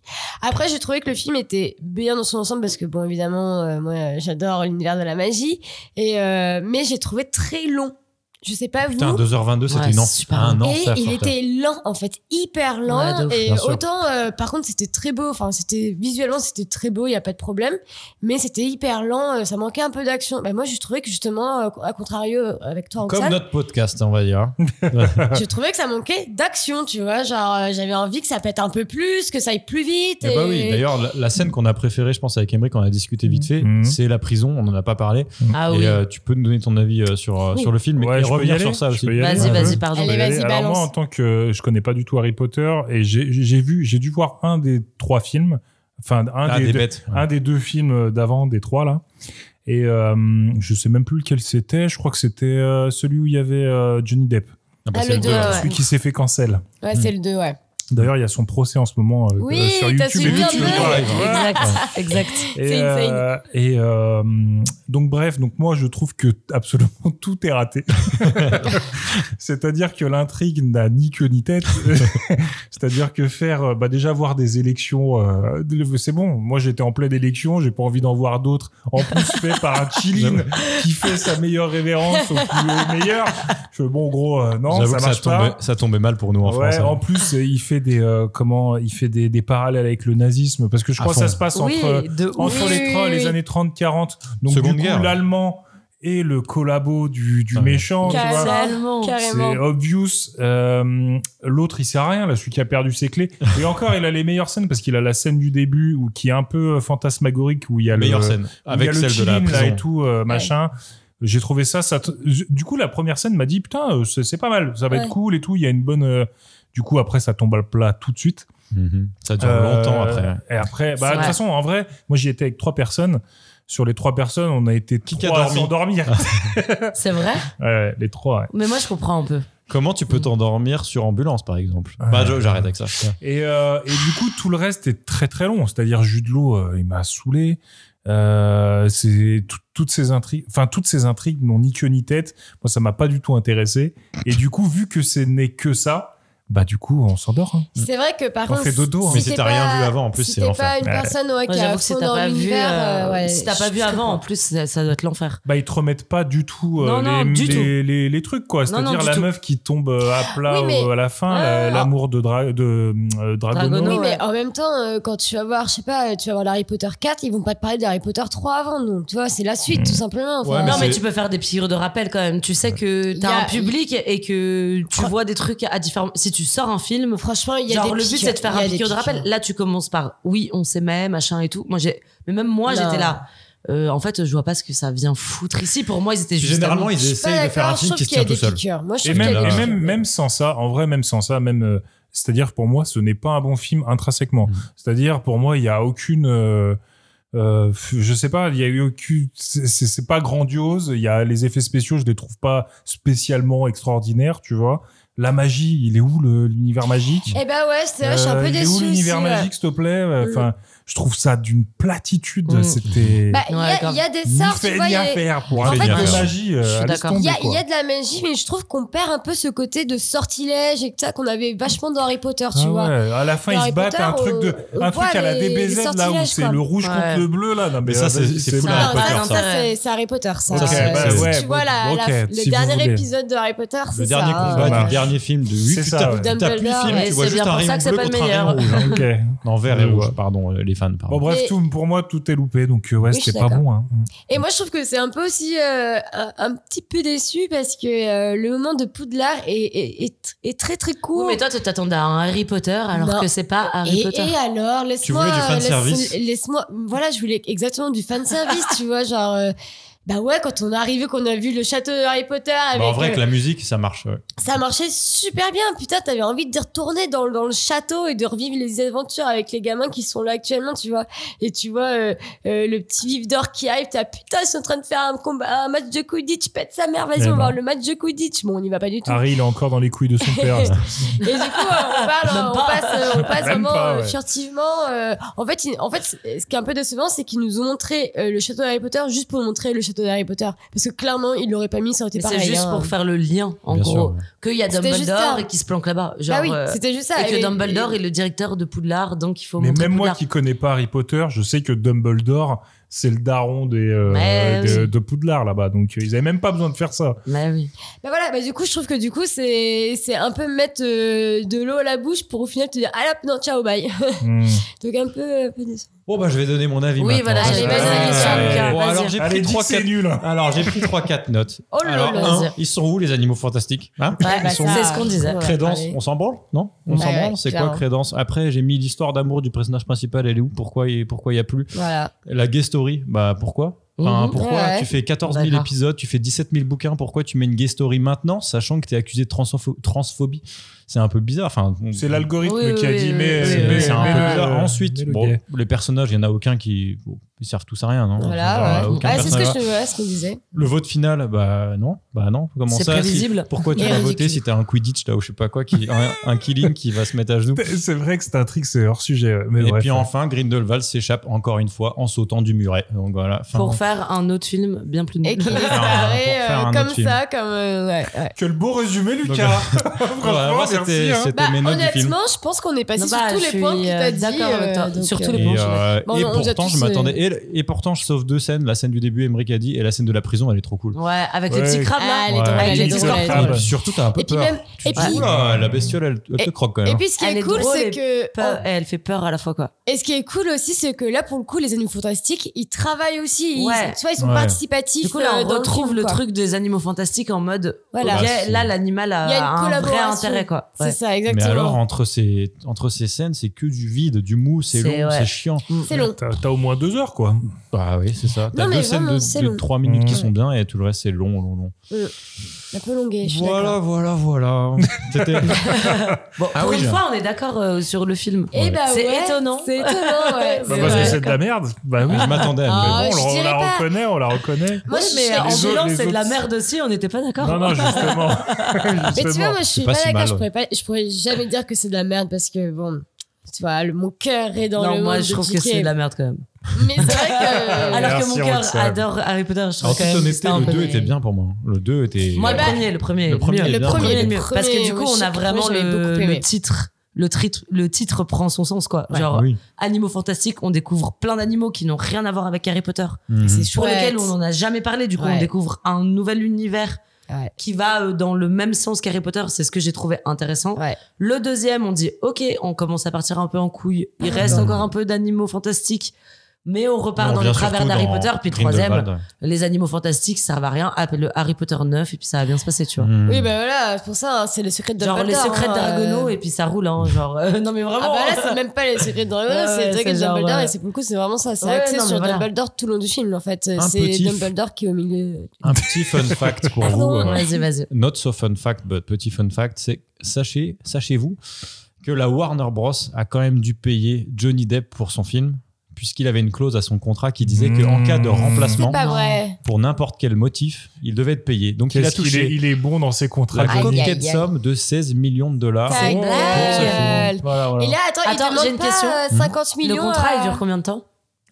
B: Après, j'ai trouvé que le film était bien dans son ensemble parce que, bon, évidemment, euh, moi, euh, j'adore l'univers de la magie. Et, euh, mais j'ai trouvé très long. Je sais pas
A: Putain,
B: vous.
A: 2h22, c'était
D: Ouais,
A: une
D: c'est
A: enf-
D: super
A: un
D: long.
B: Et
A: enfer.
B: il
A: sur Terre.
B: était lent, en fait, hyper lent.
D: Ouais, de ouf,
B: et
A: bien sûr.
B: autant, euh, par contre, c'était très beau. Enfin, c'était visuellement, c'était très beau, il n'y a pas de problème. Mais c'était hyper lent, euh, ça manquait un peu d'action. Bah, moi, j'ai trouvé que justement, euh, à contrario, euh, avec toi,
A: Comme
B: Roxane,
A: notre podcast, on va dire.
B: je trouvais que ça manquait d'action, tu vois. Genre, euh, j'avais envie que ça pète un peu plus, que ça aille plus vite.
A: Eh bah oui, d'ailleurs, la, la scène qu'on a préférée, je pense, avec Emmerich, on a discuté vite fait,
C: Mhm.
A: c'est la prison, on en a pas parlé.
D: Ah
A: et
D: oui.
A: euh, tu peux nous donner ton avis euh, sur, euh,
B: Oui.
A: sur le film.
C: Ouais,
A: et
C: je
A: peux y
C: revenir
A: aller
C: sur ça
A: Je
C: aussi.
A: peux y aller
D: Vas-y,
C: un peu
D: vas-y, pardon.
C: Je peux
B: Allez,
C: y aller.
B: vas-y,
C: Alors
B: balance.
C: moi, en tant que je connais pas du tout Harry Potter et j'ai j'ai vu, j'ai dû voir un des trois films, enfin un
A: Ah,
C: des,
A: des
C: deux-
A: bêtes.
C: un des deux films d'avant, des trois là. Et euh, je sais même plus lequel c'était. Je crois que c'était euh, celui où il y avait euh, Johnny Depp,
A: Ah, bah,
B: Ah,
A: c'est
B: le
A: le
B: deux,
A: deux,
B: ouais.
C: celui qui s'est fait cancel.
B: Ouais, c'est le 2, ouais.
C: D'ailleurs, il y a son procès en ce moment euh,
B: Oui,
C: euh, sur
B: t'as
C: YouTube et
B: suivi
C: tout.
B: un
C: tu peux
B: peu.
C: voir la- Ouais.
D: Exact, exact.
C: Et,
B: C'est insane.
C: euh, et euh, donc bref, donc moi je trouve que absolument tout est raté. C'est-à-dire que l'intrigue n'a ni queue ni tête. C'est-à-dire que faire, euh, bah déjà voir des élections, euh, le- c'est bon. Moi j'étais en pleine élection, j'ai pas envie d'en voir d'autres. En plus fait par un chilling qui fait sa meilleure révérence au, plus, au meilleur. Je fais, bon gros, euh, non,
A: J'avoue
C: ça
A: que
C: marche
A: ça tombait,
C: pas.
A: ça tombait mal pour nous en
C: Ouais,
A: France.
C: en
A: hein.
C: plus euh, il fait des euh, comment, il fait des, des parallèles avec le nazisme parce que je
A: À
C: crois que
A: fond.
C: ça se passe
D: Oui,
C: entre euh,
D: de ouf.
C: entre
B: Oui,
C: les,
B: oui,
C: trois,
B: oui,
C: les
B: oui.
C: années 30-40. Donc,
A: Seconde
C: du
A: guerre.
C: coup, l'allemand et le collabo du, du
A: Ouais.
C: méchant. tu
B: Carrément.
C: vois.
D: Allemand.
B: Carrément.
C: C'est obvious. Euh, L'autre, il sert à rien, là, celui qui a perdu ses clés. Et encore, il a les meilleures scènes parce qu'il a la scène du début où, qui est un peu euh, fantasmagorique où il y a
A: Meilleure
C: le,
A: scène.
C: où il y
A: Avec
C: a le
A: celle de la
C: chilling, là, et
A: prison.
C: tout, euh, machin. J'ai trouvé ça, ça. t- Du coup, la première scène m'a dit putain, euh, c'est c'est pas mal, ça va
B: Ouais.
C: être cool et tout. Il y a une bonne. euh, Du coup, après, ça tombe à plat tout de suite.
A: Mhm. Ça dure
C: Euh,
A: longtemps après. ouais.
C: Et après, bah, de toute
D: vrai.
C: façon, en vrai, moi j'y étais avec trois personnes. Sur les trois personnes, on a été
A: Qui
C: qui
A: qui a
C: trois à
A: dormi
C: s'endormir.
D: C'est vrai
C: Ouais, ouais, les trois. ouais.
D: Mais moi, je comprends un peu.
A: Comment tu peux t'endormir sur ambulance, par exemple Bah, je- j'arrête avec ça.
C: Et, euh, et du coup, tout le reste est très très long. C'est-à-dire Jude Law, euh, il m'a saoulé. Euh, c'est tout- toutes ces intrigues, enfin toutes ces intrigues n'ont ni queue ni tête. Moi, ça m'a pas du tout intéressé. Et du coup, vu que ce n'est que ça, bah du coup, on s'endort. hein.
B: C'est vrai que par
C: On
B: contre.
C: fait dodo, hein.
A: Mais
B: si
A: si
B: t'es
A: t'as rien
B: pas-
A: vu avant, en plus,
B: si
A: c'est
B: t'es
A: l'enfer.
B: pas une
C: Ouais.
B: personne ouais,
D: Moi,
B: qui a
D: j'avoue que si
B: fond
D: t'as
B: dans
D: pas vu,
B: l'univers.
D: euh,
B: euh, ouais,
D: si t'as
B: je-
D: pas vu
B: je
D: avant, en
B: comprends.
D: plus, ça, ça doit être l'enfer.
C: Bah ils te remettent pas du tout euh,
D: Non, non,
C: les,
D: du
C: les,
D: tout.
C: les- les trucs quoi.
D: Non, non,
C: C'est-à-dire
D: du
C: la
D: tout.
C: meuf qui tombe euh, à plat
B: Oui, mais-
C: au- à la fin,
B: Ah.
C: la- l'amour de, dra de euh, Dragono.
D: Dragono,
B: Oui, mais
D: Ouais.
B: en même temps, euh, quand tu vas voir, je sais pas, tu vas voir l'Harry Potter 4, ils vont pas te parler d'Harry Potter 3 avant, donc tu vois, c'est la suite, tout simplement. enfin.
A: Mm. Ouais, Ah, mais
D: non, mais
A: c'est-
D: tu peux faire des piqûres de rappel quand même. Tu sais que
B: Y
D: t'as
B: a-
D: un public et que tu vois des trucs à différents. Si tu sors un film,
B: Franchement, il y a
D: genre
B: des
D: le but
B: piqûres,
D: c'est de faire
B: il y
D: un
B: a des
D: piqûre de rappel.
B: piqûres.
D: Là, tu commences par oui, on s'aimait, machin et tout. Moi, j'ai. Mais même moi,
B: Non.
D: j'étais là. Euh, en fait, je vois pas ce que ça vient foutre ici. Pour moi, ils étaient
A: Puis
D: juste.
A: Généralement,
D: amis.
A: ils
B: Je suis pas
A: essayent de faire un
B: d'accord, je
A: film
B: trouve
A: qui se
B: qu'il y a
A: tient tout
B: des
A: seul.
B: piqûres. Moi, je
C: Et
B: trouve qu'il
C: même,
B: y a des
C: et
A: Là,
C: même,
B: piqûres.
C: même sans ça, en vrai, même sans ça, même, euh, c'est-à-dire pour moi, ce n'est pas un bon film intrinsèquement.
D: Mm.
C: C'est-à-dire pour moi, il n'y a aucune, euh, euh, f- je sais pas, il y a eu aucune, c'est- c'est c'est pas grandiose. Il y a les effets spéciaux, je les trouve pas spécialement extraordinaires, tu vois. La magie, il est où le- l'univers magique
B: Eh ben ouais, c'est vrai, je suis un
C: Euh,
B: peu
C: il est
B: déçue.
C: où l'univers
B: aussi, ouais. Mm.
C: magique, s'il te plaît euh, Enfin, je trouve ça d'une platitude.
D: Mm.
C: C'était
B: Bah, il y a-
D: Ouais,
B: il y,
D: grave.
B: a des
C: ni
B: sorts,
C: fait
B: tu vois.
C: ni
B: il y
C: à
B: a-
C: faire pour un
B: En
C: film
B: fait,
C: de
B: je-
C: magie. euh,
D: je suis
C: laisse
D: d'accord.
C: tomber,
B: Il y, a,
C: quoi.
B: il y a de la magie, mais je trouve qu'on perd un peu ce côté de sortilège et que ça qu'on avait vachement dans Harry Potter, tu
C: Ah
B: vois.
C: ouais, à la fin,
B: Dans
C: ils se
B: Harry
C: battent
B: Potter,
C: un truc de,
B: on- on
C: un truc
B: voit
C: à la
B: les- les
C: DBZ là où
B: sortilèges,
C: c'est
B: quoi.
C: le rouge
D: Ouais.
C: contre le bleu là. Non,
A: Mais ça,
C: euh,
A: c'est-
C: vas-y,
A: c'est full
C: bon.
A: Harry
B: Ah, ça,
A: Potter,
B: ça,
D: ça.
B: c'est- c'est Harry Potter, ça.
A: Ça, c'est-
B: Euh,
A: bah
B: si
A: ouais,
B: tu
C: bon,
B: vois la- la-
C: ok,
B: le
C: si vous
B: dernier
C: voulez.
B: épisode de Harry Potter, c'est
A: Le
B: ça.
A: dernier
B: hein.
A: combat
C: ouais.
A: du dernier film de
C: C'est
A: 8
C: ça, ouais.
A: T'as plus le
B: Dumbledore,
A: film,
B: ouais.
A: tu vois
D: C'est
A: juste
D: bien
A: un
D: pour ça
A: rayon
D: que c'est
A: bleu
D: pas le
A: contre un rayon
D: meilleur.
A: rouge. hein.
C: Ok.
A: Non, vert et
C: Ouais,
A: rouge,
C: ouais.
A: pardon, euh, les fans. Pardon.
C: Bon bref,
B: Mais-
C: tout, pour moi tout est loupé donc euh, ouais
B: Oui, je
C: c'était
B: suis
C: pas bon. hein.
B: Et moi, je trouve que c'est un peu aussi euh, un, un petit peu déçu parce que euh, le moment de Poudlard est, est, est, est très très court.
D: Oui, mais toi, tu t'attendais à un Harry Potter alors
B: Non.
D: que c'est pas Harry
B: et,
D: Potter.
B: et alors, laisse-moi.
A: voulais du fan
B: laisse-
A: service.
B: Laisse-moi. voilà, je voulais exactement du fan service, tu vois, genre. euh, bah ouais, quand on est arrivé, qu'on a vu le château de Harry Potter avec.
A: Bah, en vrai,
B: euh,
A: avec la musique, ça marche. ouais.
B: Ça marchait super bien. Putain, t'avais envie d'y retourner dans, dans le château et de revivre les aventures avec les gamins qui sont là actuellement, tu vois. Et tu vois euh, euh, le petit vif d'or qui arrive. T'as putain, ils sont en train de faire un, combat, un match de Quidditch. Pète sa mère, vas-y,
C: Eh
B: on
C: ben.
B: va voir le match de Quidditch. Bon, on n'y va pas du tout.
C: Harry il est encore dans les couilles de son père. là.
B: Et du coup, euh, on
D: Même
B: parle, on
D: pas.
B: passe, euh, on passe
C: Même
B: vraiment
C: pas,
B: euh,
C: ouais.
B: furtivement. euh, en fait, il- en fait, c- ce qui est un peu décevant, c'est qu'ils nous ont montré euh, le château d'Harry Potter juste pour montrer le château d'Harry Potter, parce que clairement, ils l'auraient pas mis, ça aurait été
D: Mais C'est
B: pareil.
D: juste
B: hein.
D: pour faire le lien, en
A: Bien sûr,
D: gros.
A: ouais.
D: Qu'il y a
B: C'était juste
D: Dumbledore
B: ça.
D: et qui se planque là-bas. Genre,
B: Bah oui,
D: euh,
B: c'était juste ça.
D: et que
B: Et-
D: Dumbledore est le directeur de Poudlard, donc il faut
C: Mais
D: montrer
C: même moi
D: Poudlard.
C: qui connais pas Harry Potter, je sais que Dumbledore c'est le daron des, euh,
D: Ouais,
C: des-
D: oui.
C: de Poudlard là-bas donc euh, ils avaient même pas besoin de faire ça.
D: Bah oui.
B: Bah voilà, bah du coup, je trouve que du coup, c'est c'est un peu mettre euh, de l'eau à la bouche pour au final te dire, ah là, non, ciao, bye.
C: Hmm.
B: Donc un peu, euh, un peu décevant.
A: Bon, bah, je vais donner mon avis.
D: Oui,
A: maintenant.
D: voilà,
B: Allez,
D: j'avais
B: vas-y,
D: posé la question à
C: allez,
D: Lucas.
A: Bon,
D: Vas-y.
A: alors, j'ai
C: Allez
A: pris
C: dis que
A: 3
C: c'est nul. hein.
A: Alors, j'ai pris 3-4 notes.
B: Oh là
A: Alors,
B: là.
A: un, ils sont où les animaux fantastiques Hein
D: Ouais,
B: bah,
D: c'est
B: ça-
D: ce qu'on disait.
B: Ouais,
A: Crédence,
B: allez.
A: on s'en branle Non On
B: Ouais,
A: s'en
B: ouais,
A: branle C'est quoi
B: clairement.
A: Crédence Après, j'ai mis l'histoire d'amour du personnage principal, elle est où Pourquoi il pourquoi il y a plus
B: Voilà.
A: La gay story, bah pourquoi Enfin,
D: Mhm.
A: pourquoi
B: Ouais.
A: tu fais 14 000
D: D'accord.
A: épisodes, tu fais 17 000 bouquins, pourquoi tu mets une gay story maintenant, sachant que t'es accusé de transpho- transphobie C'est un peu bizarre. Enfin, on-
C: C'est l'algorithme
B: Oui,
C: qui a
B: oui,
C: dit,
B: oui,
C: mais.
B: oui,
A: c'est-
B: oui,
A: mais
B: oui,
A: Mm. c'est un
B: oui,
A: peu hein.
B: oui.
A: bizarre.
C: euh,
A: Ensuite,
C: mais le
A: bon,
C: gay.
A: les personnages, il n'y en a aucun qui. bon, ils servent tous à rien, non
B: Voilà,
A: Genre,
B: ouais.
A: bah, aucun
B: Ah, c'est ce que
A: personnage-
B: je ouais, ce qu'on disait.
A: Le vote final, bah non, bah non. Comment
D: C'est
A: ça si-
D: prévisible.
A: Pourquoi tu
B: Et
A: vas
B: ridicule.
A: voter si t'as un Quidditch là ou je sais pas quoi, qui, un, un killing qui va se mettre à genoux
C: C'est vrai que c'est un truc, c'est hors sujet. Mais
A: Et
C: bref.
A: puis enfin, Grindelwald s'échappe encore une fois en sautant du muret. Donc voilà. fin-
D: Pour faire un autre film bien plus
B: Et qui
D: nul.
A: pour
B: disparaît
A: faire
B: euh,
A: un
B: comme
A: autre film.
B: ça, comme. euh, ouais, ouais.
C: Quel beau résumé, Lucas Franchement,
A: Voilà, euh, moi,
C: merci,
A: c'était
C: hein.
A: c'était
B: Bah,
A: mes notes du film.
B: honnêtement, je pense qu'on est passé
D: Non, bah,
B: sur tous
D: je
B: les points que
D: suis,
B: tu
D: euh,
B: as dit.
D: d'accord avec toi. Sur tous les
A: Et,
D: points.
A: euh,
B: Bon,
A: et
B: on- on les a
A: pourtant,
B: tous,
A: je m'attendais.
B: euh,
A: Et, et pourtant, sauf deux scènes, la scène du début, Emmerich a dit, et la scène de la prison, elle est trop cool.
D: Ouais, avec
C: Ouais.
D: les petits crabes là.
B: Ah, elle est drôle,
A: Ouais,
B: elle est
D: Discord
B: drôle, elle est
C: Crab.
B: drôle.
C: ouais.
A: Surtout, t'as un peu
B: Et puis
A: peur.
B: même-
A: Tu
B: et
A: te dis,
B: puis-
A: Oula, la bestiole, elle, elle te croque quand
B: Et
A: même. hein.
B: puis ce qui
D: Elle
B: est,
D: est
B: cool,
D: drôle
B: c'est
D: et
B: que.
D: Peur- Elle fait peur à la fois quoi.
B: Et ce qui est cool aussi, c'est que là, pour le coup, les animaux fantastiques, ils travaillent aussi. Ils,
D: Ouais.
B: Tu vois, ils sont
A: Ouais.
B: participatifs.
D: Du coup là
B: euh,
D: on
B: dans
D: retrouve
B: film,
D: le
B: quoi.
D: truc des animaux fantastiques en mode
B: Voilà.
D: ok,
A: Bah, c'est-
D: là l'animal a,
B: Il y a une
D: un vrai
B: collaboration.
D: intérêt quoi.
B: C'est
D: Ouais.
B: ça,
A: Mais
B: exactement.
A: alors, entre ces, entre ces scènes, c'est que du vide, du mou, c'est
D: C'est-
A: long,
D: ouais.
A: c'est chiant.
B: c'est long.
C: T'as t'as au moins deux heures, quoi.
A: Bah oui, c'est ça. T'as
B: Non, mais
A: deux scènes
B: vraiment, c'est
A: de, de
B: long.
A: 3 minutes qui
C: Mmh.
A: sont bien et tout le reste, c'est long, long, long.
B: Un peu longué. je suis
A: Voilà, voilà, voilà. C'était.
D: Bon,
A: Ah
D: pour
A: oui,
D: une
A: j'ai-
D: fois on est d'accord euh, sur le film.
B: d'accord. Eh bah
D: C'est
B: ouais,
D: étonnant.
B: C'est étonnant, ouais.
C: Bah,
B: c'est
C: parce que
B: vrai.
C: c'est de la merde. Bah oui.
A: Je m'attendais à
B: Ah,
A: mieux.
C: Mais
B: je
C: bon, on, le- on
B: dirais
C: la
B: pas.
C: reconnaît, on la reconnaît.
B: Moi,
D: Ouais,
B: je
D: mais en
C: les autres-
D: bilan
C: les
D: c'est de la
C: autres-
D: merde aussi, on n'était pas d'accord.
C: Non, non, justement.
B: Mais tu vois, moi, je suis
A: C'est pas
B: pas,
A: si
B: d'accord.
A: mal,
B: Je,
A: ouais.
B: pourrais pas- je pourrais jamais dire que c'est de la merde parce que, bon, tu vois, le- mon cœur est dans
D: Non,
B: le
D: moi
B: monde
D: je
B: de
D: trouve que
B: J.K..
D: c'est de la merde quand même.
B: Mais c'est vrai que.
D: Alors que
C: Merci,
D: mon
C: on le
D: cœur
C: sait.
D: adore Harry Potter, je
A: Ah,
D: trouve
A: En toute
D: quand même que
A: honnêteté,
D: c'était un
A: le
D: peu-
A: 2 était bien pour moi. Le 2 était.
D: Moi, le
B: Bah,
D: premier, le premier.
A: le premier,
D: mieux.
A: il est
B: le
A: bien,
B: premier,
A: ouais.
B: le
D: Mieux. Parce que du coup, on
B: premier,
D: a
B: je-
D: vraiment
B: moi, j'avais
D: le,
B: beaucoup aimé.
D: le titre. Le titre, le titre prend son sens, quoi. Genre,
A: Oui.
D: animaux fantastiques, on découvre plein d'animaux qui n'ont rien à voir avec Harry Potter,
A: Mhm.
B: C'est
D: pour
B: chouette.
D: lesquels on n'en a jamais parlé. Du coup, on
B: Ouais.
D: découvre un nouvel univers
B: Ouais.
D: qui va euh, dans le même sens qu'Harry Potter. C'est ce que j'ai trouvé intéressant.
B: Ouais.
D: Le deuxième, on dit, OK, on commence à partir un peu en couille. Il reste
A: Mhm.
D: encore un peu d'animaux fantastiques, mais on repart
A: On
D: dans les
A: revient
D: travers
A: surtout
D: d'Harry
A: dans
D: Potter. Puis
A: Grindelwald,
D: troisième,
A: ouais.
D: les animaux fantastiques servent à rien. Appelle le Harry Potter 9 et puis ça va bien se passer, tu vois.
A: Mhm.
B: Oui, bah voilà, c'est pour ça, hein, c'est les secrets de
D: Genre les
B: Dumbledore,
D: secrets
B: hein,
D: d'Argono
B: euh.
D: et puis ça roule, hein, genre. euh, non mais vraiment.
B: Ah bah là, c'est même pas les secrets de Dumbledore,
D: Ouais,
B: c'est
D: ouais,
B: les secrets
D: c'est
B: de
D: genre,
B: Dumbledore,
D: ouais.
B: et c'est pour le coup, c'est vraiment ça. C'est
D: Ouais,
B: axé
D: non, mais
B: sur
D: voilà.
B: Dumbledore tout le long du film, en fait.
A: Un
B: C'est
A: petit-
B: Dumbledore qui est au milieu.
A: Un petit fun fact
D: Ah,
A: pour
B: Pardon,
A: vous. euh,
D: Vas-y, vas-y.
A: Not so fun fact, but petit fun fact, c'est sachez, sachez-vous que la Warner Bros a quand même dû payer Johnny Depp pour son film, puisqu'il avait une clause à son contrat qui disait qu'en
C: Mmh.
A: cas de remplacement,
B: Pas
D: Non.
B: vrai.
A: pour n'importe quel motif, il devait être payé. Donc il a
C: Qu'est-ce qu'il est,
A: touché
C: il est bon dans ses contrats.
A: la
B: Aïe, aïe,
A: coquette
B: aïe.
A: somme de 16 millions de dollars.
B: Ta
D: bon,
B: gueule.
A: c'est
C: Voilà, voilà.
B: Et là, attends,
D: Attends,
B: il demande
D: j'ai une
B: pas,
D: question.
B: euh, 50 millions.
D: Le contrat,
B: à-
D: il dure combien de temps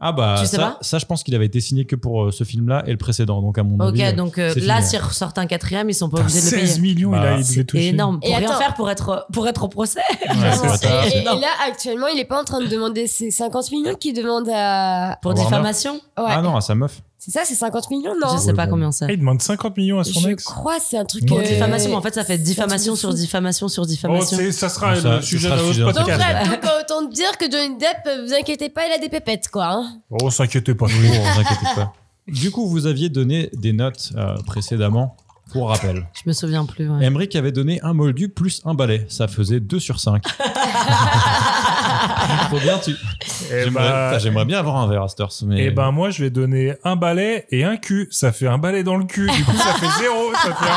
A: Ah bah
D: Tu sais
A: ça,
D: pas
A: ça, je pense qu'il avait été signé que pour euh, ce film-là et le précédent. Donc à mon
D: Ok,
A: avis, euh,
D: donc euh,
A: c'est
D: là,
A: fini.
D: s'ils ressortent un quatrième, ils sont pas
C: Putain,
D: obligés de le
C: 16
D: payer.
C: millions, il,
A: Bah,
C: a, il devait
D: C'est
C: toucher.
D: énorme. Pour
B: Et
D: rien
B: attends.
D: faire pour être pour être au procès.
A: Ouais, c'est
B: Vraiment,
A: pas
B: et,
A: ça.
B: et- et là, actuellement, il est pas en train de demander ces 50 millions qu'il demande à.
D: Pour
A: Warner.
D: diffamation.
B: Ouais.
A: Ah non, à sa meuf.
B: C'est ça, c'est 50 millions,
D: Je
B: non
D: sais pas
A: bon.
D: combien c'est.
C: Ah, il demande 50 millions à son
B: Je
C: ex.
B: crois, c'est un truc.
C: Pour
B: euh,
D: Diffamation, en fait, ça fait
B: c'est un
D: diffamation
B: truc de
D: sur
B: fou.
D: diffamation sur
C: Oh,
D: diffamation.
C: c'est- ça sera
A: Ça-
C: le
A: ce
C: sujet
A: sera
C: d'un
A: le sujet
C: autre
A: d'un
B: Donc,
C: podcast.
B: bref, donc, autant te dire que Johnny Depp, euh, vous inquiétez pas, il a des pépettes, quoi. hein.
C: Oh, s'inquiétez pas.
A: Oui, vous inquiétez pas. Du coup, vous aviez donné des notes euh, précédemment. Pour rappel,
D: Je me souviens plus. ouais.
A: Emmerich avait donné un moldu plus un balai. Ça faisait 2 sur 5. Trop bien, tu.
C: Eh
A: J'aimerais
C: bah,
A: putain, j'aimerais bien avoir un verre à cette heure, mais.
C: eh ben, moi, je vais donner un balai et un cul. Ça fait un balai dans le cul. Du coup, ça fait zéro. Ça fait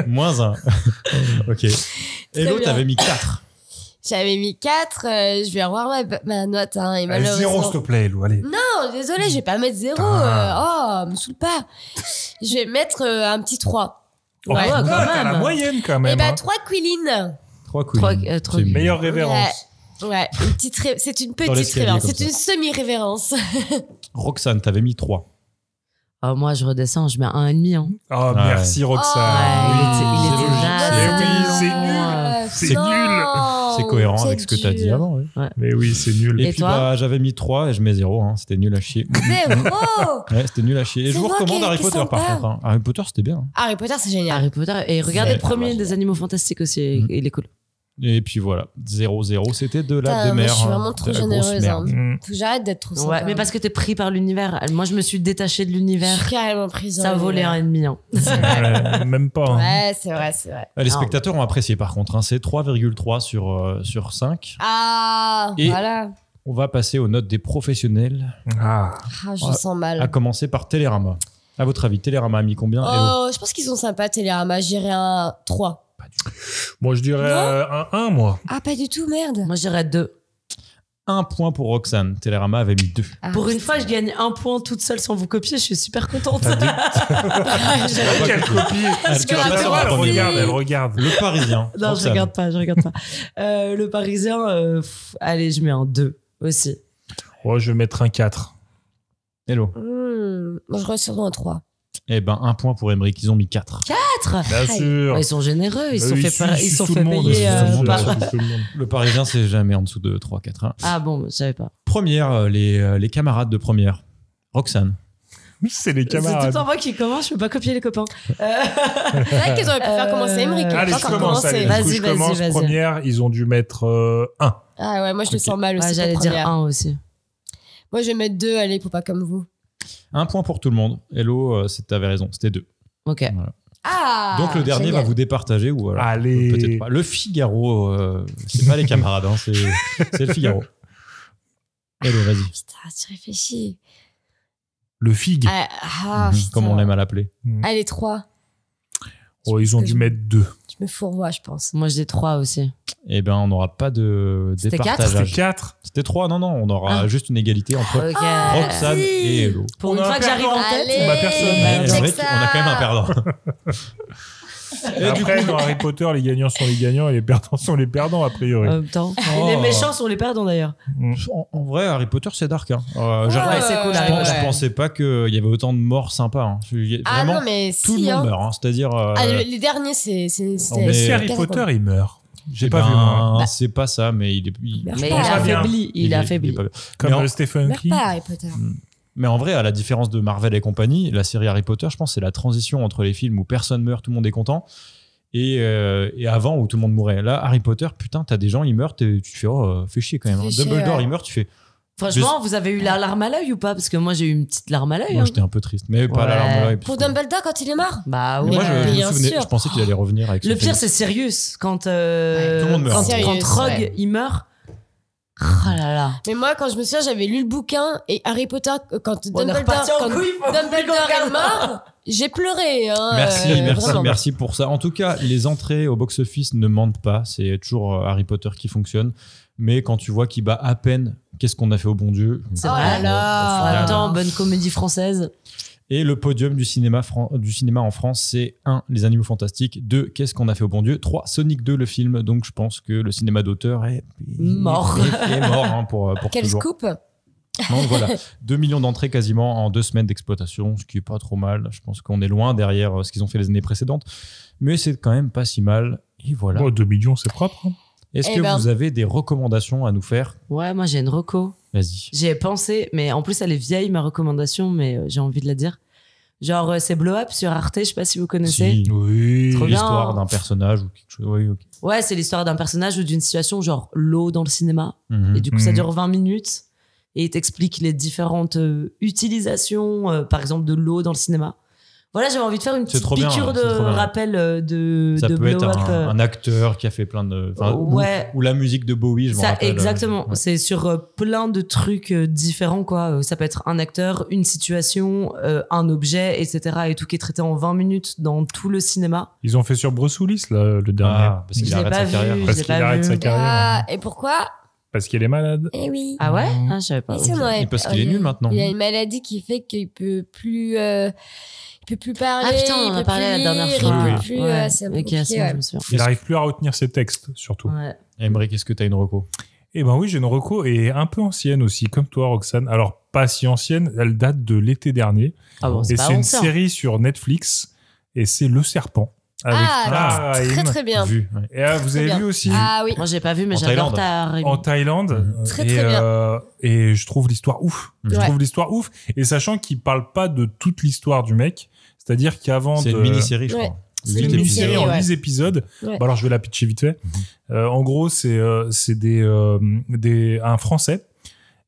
C: un moins un.
A: Moins un. ok. Et l'autre
B: bien.
A: avait mis 4.
B: J'avais mis 4, je vais revoir ma, ma note, hein, et
C: Allez, Zéro,
B: malheureusement-
C: s'il te plaît, Elou. Allez.
B: Non, désolé, je vais pas mettre 0. oh,
C: Ah.
B: me saoule pas. Je vais mettre euh, un petit 3.
C: Oh,
D: Ouais,
C: putain,
D: quand
C: t'as
D: même. Eh ben,
C: la moyenne quand
B: Et
C: même.
B: bah,
C: hein.
B: 3 Quillin.
A: 3
D: Trois-
A: couilles.
D: euh, trois-
A: C'est
C: Meilleure
B: Ouais,
C: révérence.
B: ouais, une petite ré- c'est une petite
A: l'escalier,
B: révérence.
A: comme
B: C'est
A: ça.
B: une semi-révérence.
A: Roxane, t'avais mis 3.
D: Ah, moi, je redescends, je mets un et demi. hein.
C: Oh,
A: Ouais.
C: merci,
B: Oh,
D: Ouais,
C: Roxane.
D: Oh, il était- il était
A: logique.
D: naze.
C: Eh oui, c'est nul.
B: Ah,
C: C'est
B: non,
C: nul.
D: Oh,
A: C'est cohérent
B: c'est
A: avec ce que t'as dit
B: dur.
A: avant. oui.
C: Mais oui, c'est nul.
A: Et,
D: Et
A: puis
D: toi
A: bah, j'avais mis 3 et je mets 0. C'était nul à chier.
B: Zéro
A: Ouais, c'était nul à chier. Et je
B: C'est
A: vous
B: moi
A: recommande
B: qui-
A: Harry
B: qui
A: Potter
B: sens
A: par
B: pas.
A: contre. hein. Harry Potter, c'était bien. hein.
B: Harry Potter, c'est génial.
D: Harry Potter. Et regardez
A: Ouais,
D: le premier
A: dommage.
D: des animaux fantastiques aussi.
A: Mhm.
D: Il est cool.
A: Et puis voilà, 0-0. C'était de la
B: Putain, moi,
A: demeure.
B: je suis vraiment trop généreuse, hein.
C: Mm.
B: Faut que J'arrête d'être trop sympa.
D: Ouais, mais parce que t'es pris par l'univers. Moi, je me suis détachée de
B: Je
D: l'univers.
B: suis Ah. carrément prise.
D: Ça volait un et demi. hein.
C: Ouais, Même pas. hein.
B: Ouais, c'est vrai, c'est vrai.
A: Les
D: Ah.
A: spectateurs ont apprécié par contre. hein. C'est 3,3 sur, euh, sur 5.
B: Ah,
A: Et-
B: voilà.
A: euh, On va passer aux notes des professionnels,
C: Ah.
B: Ah, je
A: Ouais.
B: sens mal.
A: à commencer par Télérama. À votre avis, Télérama a mis combien Hello
B: Oh, je pense qu'ils sont sympas, Télérama. J'irai un 3.
C: Moi, je dirais euh, un 1, moi.
B: Ah, pas du tout, merde.
D: Moi, j'irais deux.
A: Un point pour Roxane. Télérama avait mis deux.
B: Ah,
D: Pour une fois, je gagne un point toute seule sans vous copier. Je suis super contente.
A: T'as dit-
D: J'avais-
A: Pas
C: Ah, Quelle
A: copié.
C: copie
A: Elle
B: que
A: va pas
B: la
A: sur la
B: Torah,
C: Elle
B: elle
A: première.
C: regarde, elle regarde.
A: Le Parisien.
D: non, je
A: Roxane.
D: regarde pas, je regarde pas. Euh, le Parisien, euh, pff, allez, je mets un 2 aussi.
C: Oh, je vais mettre un 4.
A: Hello.
B: hmm, moi, je reste sur un 3.
A: Eh ben, un point pour Emery. Ils ont mis quatre.
D: 4
C: Bien
B: Aïe.
C: sûr.
D: Ils sont généreux, ils
C: Bah
D: sont
C: oui,
D: fait,
C: suce-
D: par- ils
C: suce
D: sont
C: tout
D: fait
C: le monde,
D: payer.
C: suce
D: euh,
C: tout le monde,
D: par-
C: suce tout le monde.
A: Le Parisien, c'est jamais en dessous de hein. 3, 4, 1.
D: Ah bon, je savais pas.
A: Première, euh, les, euh, les camarades de première. Roxane.
C: C'est les
D: C'est tout
C: camarades.
D: le temps moi qui commence, je peux pas copier les copains. Euh,
B: C'est vrai qu'ils auraient pu faire
D: Euh,
B: commencer Emmerich. ils
C: Allez,
B: ont
C: je
B: pas
C: commence.
B: commencé.
C: Allez,
D: Vas-y,
C: du coup, je
D: vas-y,
C: commence.
D: vas-y.
C: Première, ils ont dû mettre euh, 1.
B: Ah ouais, moi, je le
A: Ok.
B: sens mal aussi.
D: ouais, J'allais
B: pour
D: dire
B: première.
D: un aussi.
B: Moi, je vais mettre 2, allez, pour pas comme vous.
A: Un point pour tout le monde. Hello, euh, c'est- t'avais raison, c'était deux.
D: Ok.
B: Ah
A: Donc le dernier va
B: génial.
A: vous départager ou alors
C: Allez.
A: Euh, peut-être pas. Le Figaro, euh, c'est pas les camarades, hein, c'est c'est le Figaro. Hello, vas-y.
B: Putain, tu réfléchis.
C: Le FIG.
B: Ah, ah,
A: Mhm,
B: putain.
A: Comme on aime à l'appeler.
B: Allez, 3.
C: Oh, ils ont
B: que
C: dû
B: je-
C: mettre 2.
B: Je me fourvoie, je pense.
D: Moi, j'ai trois aussi.
A: Eh ben, on n'aura pas de
D: C'était quatre
C: C'était
A: départageage.
C: 4.
A: C'était trois, non, non, on aura
D: Ah.
A: juste une égalité entre
D: Ok.
A: Roxane
B: si.
A: et Hello.
D: Pour
C: On
D: une
C: a un
D: fois que j'arrive en
B: perdant.
D: tête,
B: Allez.
C: On bat personne.
D: Eh ben,
A: Mais
B: check
A: en fait,
B: ça.
A: on a quand même un perdant.
C: Et Après, dans Harry Potter, les gagnants sont les gagnants et les perdants sont les perdants, a priori.
D: En même temps.
A: Oh.
D: Et les méchants sont les perdants d'ailleurs.
A: En, en vrai, Harry Potter, c'est dark. hein. Euh, genre,
D: Ouais,
A: je,
D: c'est cool,
A: je
D: Harry
A: pense-
D: Potter.
A: je pensais pas qu'il y avait autant de morts sympas. hein. Je- y-
B: Ah
A: Vraiment,
B: non, mais
A: tout
B: si,
A: le monde
B: hein.
A: meurt. hein. C'est-à-dire, euh,
B: Ah, le- les derniers, c'est. c'est- c'était-
A: Mais
C: Mais si
B: c'était
C: Harry
B: quatre
C: Potter,
B: secondes.
C: il meurt.
A: eh
C: J'ai pas
A: ben,
C: vu, moi.
B: Bah.
A: C'est pas ça, mais il est. il-
B: Merde.
D: Mais il
B: On
D: a
B: verra
C: bien.
D: affaibli. Il a
A: est-
D: affaibli.
A: est pas-
C: Comme
A: Mais en-
C: euh, Stephen
B: Meurs
C: King.
B: pas, Harry Potter.
A: Mais en vrai, à la différence de Marvel et compagnie, la série Harry Potter, je pense, c'est la transition entre les films où personne meurt, tout le monde est content, et, euh, et avant où tout le monde mourait. Là, Harry Potter, putain, t'as des gens, ils meurent, t'es- tu te fais, oh, euh, fais chier quand même. hein.
B: Fais chier,
A: Dumbledore,
B: ouais.
A: il meurt, tu fais,
D: Franchement, vous avez eu la larme à l'œil ou pas Parce que moi, j'ai eu une petite larme à l'œil.
A: moi,
D: hein.
A: j'étais un peu triste, mais pas
D: Ouais.
A: l'alarme. ouais,
B: Pour
A: parce que-
B: Dumbledore, quand il est mort
D: Bah
A: Mais
D: ouais.
A: moi, je, je me
B: Bien
A: souvenais-
B: sûr.
A: je pensais qu'il allait revenir avec
D: Le
A: son
D: pire,
A: film.
D: c'est Sirius. Quand, euh,
A: Tout le monde meurt.
D: quand,
B: Sirius,
D: quand Rogue,
B: ouais.
D: il meurt. Oh là là.
B: Mais moi, quand je me souviens, j'avais lu le bouquin et Harry Potter, euh, quand
D: On est
B: Dumbledore,
D: reparti en
B: quand
D: couille, faut-
B: Dumbledore
D: faut qu'on
B: est mort, j'ai pleuré. hein,
A: Merci,
B: euh,
A: merci,
B: vraiment.
A: merci pour ça. En tout cas, les entrées au box-office ne mentent pas. C'est toujours euh, Harry Potter qui fonctionne. Mais quand tu vois qu'il bat à peine, qu'est-ce qu'on a fait au bon Dieu
D: C'est
A: Euh,
D: vrai.
A: au
B: Oh là là.
D: En
A: final.
D: même temps, bonne comédie française.
A: Et le podium du cinéma, fran- du cinéma en France, c'est 1. Les animaux fantastiques. 2. Qu'est-ce qu'on a fait au bon Dieu 3. Sonic 2, le film. Donc je pense que le cinéma d'auteur est
D: Mort.
A: Est, est mort hein, pour, pour
B: Quel
A: toujours.
B: scoop
A: Donc voilà, 2 millions d'entrées quasiment en deux semaines d'exploitation, ce qui est pas trop mal. Je pense qu'on est loin derrière euh, ce qu'ils ont fait les années précédentes, mais c'est quand même pas si mal. Et voilà.
C: Oh, 2 millions, c'est propre. hein.
A: Est-ce
B: Eh
A: que
B: ben.
A: vous avez des recommandations à nous faire
D: Ouais, moi, j'ai une reco.
A: Vas-y.
D: J'ai pensé, mais en plus, elle est vieille, ma recommandation, mais euh, j'ai envie de la dire. Genre, euh, c'est Blow Up sur Arte, je sais pas si vous connaissez.
A: Si,
C: Oui.
D: Trop bien.
A: L'histoire d'un personnage ou quelque chose. Oui, ok.
D: Ouais, c'est l'histoire d'un personnage ou d'une situation, genre l'eau dans le cinéma.
A: Mhm.
D: Et du coup, ça
C: Mhm.
D: dure 20 minutes. Et il t'explique les différentes euh, utilisations, euh, par exemple, de l'eau dans le cinéma. Voilà, j'avais envie de faire une
A: C'est
D: petite
A: trop bien,
D: piqûre
A: c'est trop
D: de
A: bien.
D: rappel euh, de,
A: Mhm. Ça
D: de
A: peut
D: Blow
A: être
D: Up.
A: un,
D: euh,
A: un acteur qui a fait plein de. enfin, ou-
D: Ouais.
A: Ou, la musique de Bowie, je m'en
D: Ça,
A: rappelle. euh,
D: exactement.
A: Ouais.
D: C'est sur euh, plein de trucs euh, différents, quoi. Euh, Ça peut être un acteur, une situation, euh, un objet, etc. Et tout qui est traité en 20 minutes dans tout le cinéma.
C: Ils ont fait sur Bruce Willis, là, le dernier.
A: Ah, parce qu'il
D: Je l'ai
A: arrête
D: pas
A: sa
D: vu.
A: carrière.
D: Je
C: parce
D: l'ai
C: qu'il
D: pas
C: arrête
D: vu.
C: sa carrière.
B: Ah, Et pourquoi
C: Parce qu'il est malade.
B: Eh oui.
D: Ah ouais ah, Je savais pas.
B: Mais si, on aurait-
A: Et parce qu'il est
B: Oh, il-
A: nul maintenant.
B: Il a une maladie qui fait qu'il peut plus, euh, il peut plus parler.
D: Ah putain,
B: il
D: on en
B: peut
D: a parlé
B: plus
D: la dernière
B: lire,
D: fois.
B: Il
A: Ah,
B: peut plus,
D: Ouais.
B: euh, c'est un peu
D: Ok,
B: compliqué,
D: c'est bon,
B: ouais.
D: je me souviens.
C: Il n'arrive plus à retenir ses textes, surtout.
D: Ouais.
A: Aymeric, est-ce que tu as une reco
C: Eh ben oui, j'ai une reco et un peu ancienne aussi, comme toi, Roxane. Alors, pas si ancienne, elle date de l'été dernier.
D: Ah bon, c'est
C: et
D: pas
C: c'est une
D: ancien.
C: série sur Netflix et c'est Le Serpent. Avec
B: Ah,
C: Tara
B: Très
C: Aim.
B: très bien.
A: Vu. ouais.
C: Et ah, vous avez
B: bien.
C: vu aussi
B: Ah oui.
D: Moi, j'ai pas vu, mais
A: En
D: j'adore
A: Thaïlande.
D: ta.
C: en Thaïlande.
A: Mhm.
B: Très,
C: et,
B: très bien.
C: euh, et je trouve l'histoire ouf. Je
B: Ouais.
C: trouve l'histoire ouf. Et sachant qu'il parle pas de toute l'histoire du mec, c'est-à-dire qu'avant
A: C'est
C: de...
A: une mini-série, je
B: Ouais.
A: crois.
B: C'est
A: Huit
B: une
A: épisodes.
C: une
A: Mmh.
C: mini-série
B: mini-série,
C: en
B: ouais.
C: 10 épisodes.
B: Ouais.
C: Bah alors, je vais la pitcher vite fait. Euh, en gros, c'est euh, c'est des, euh, des, un Français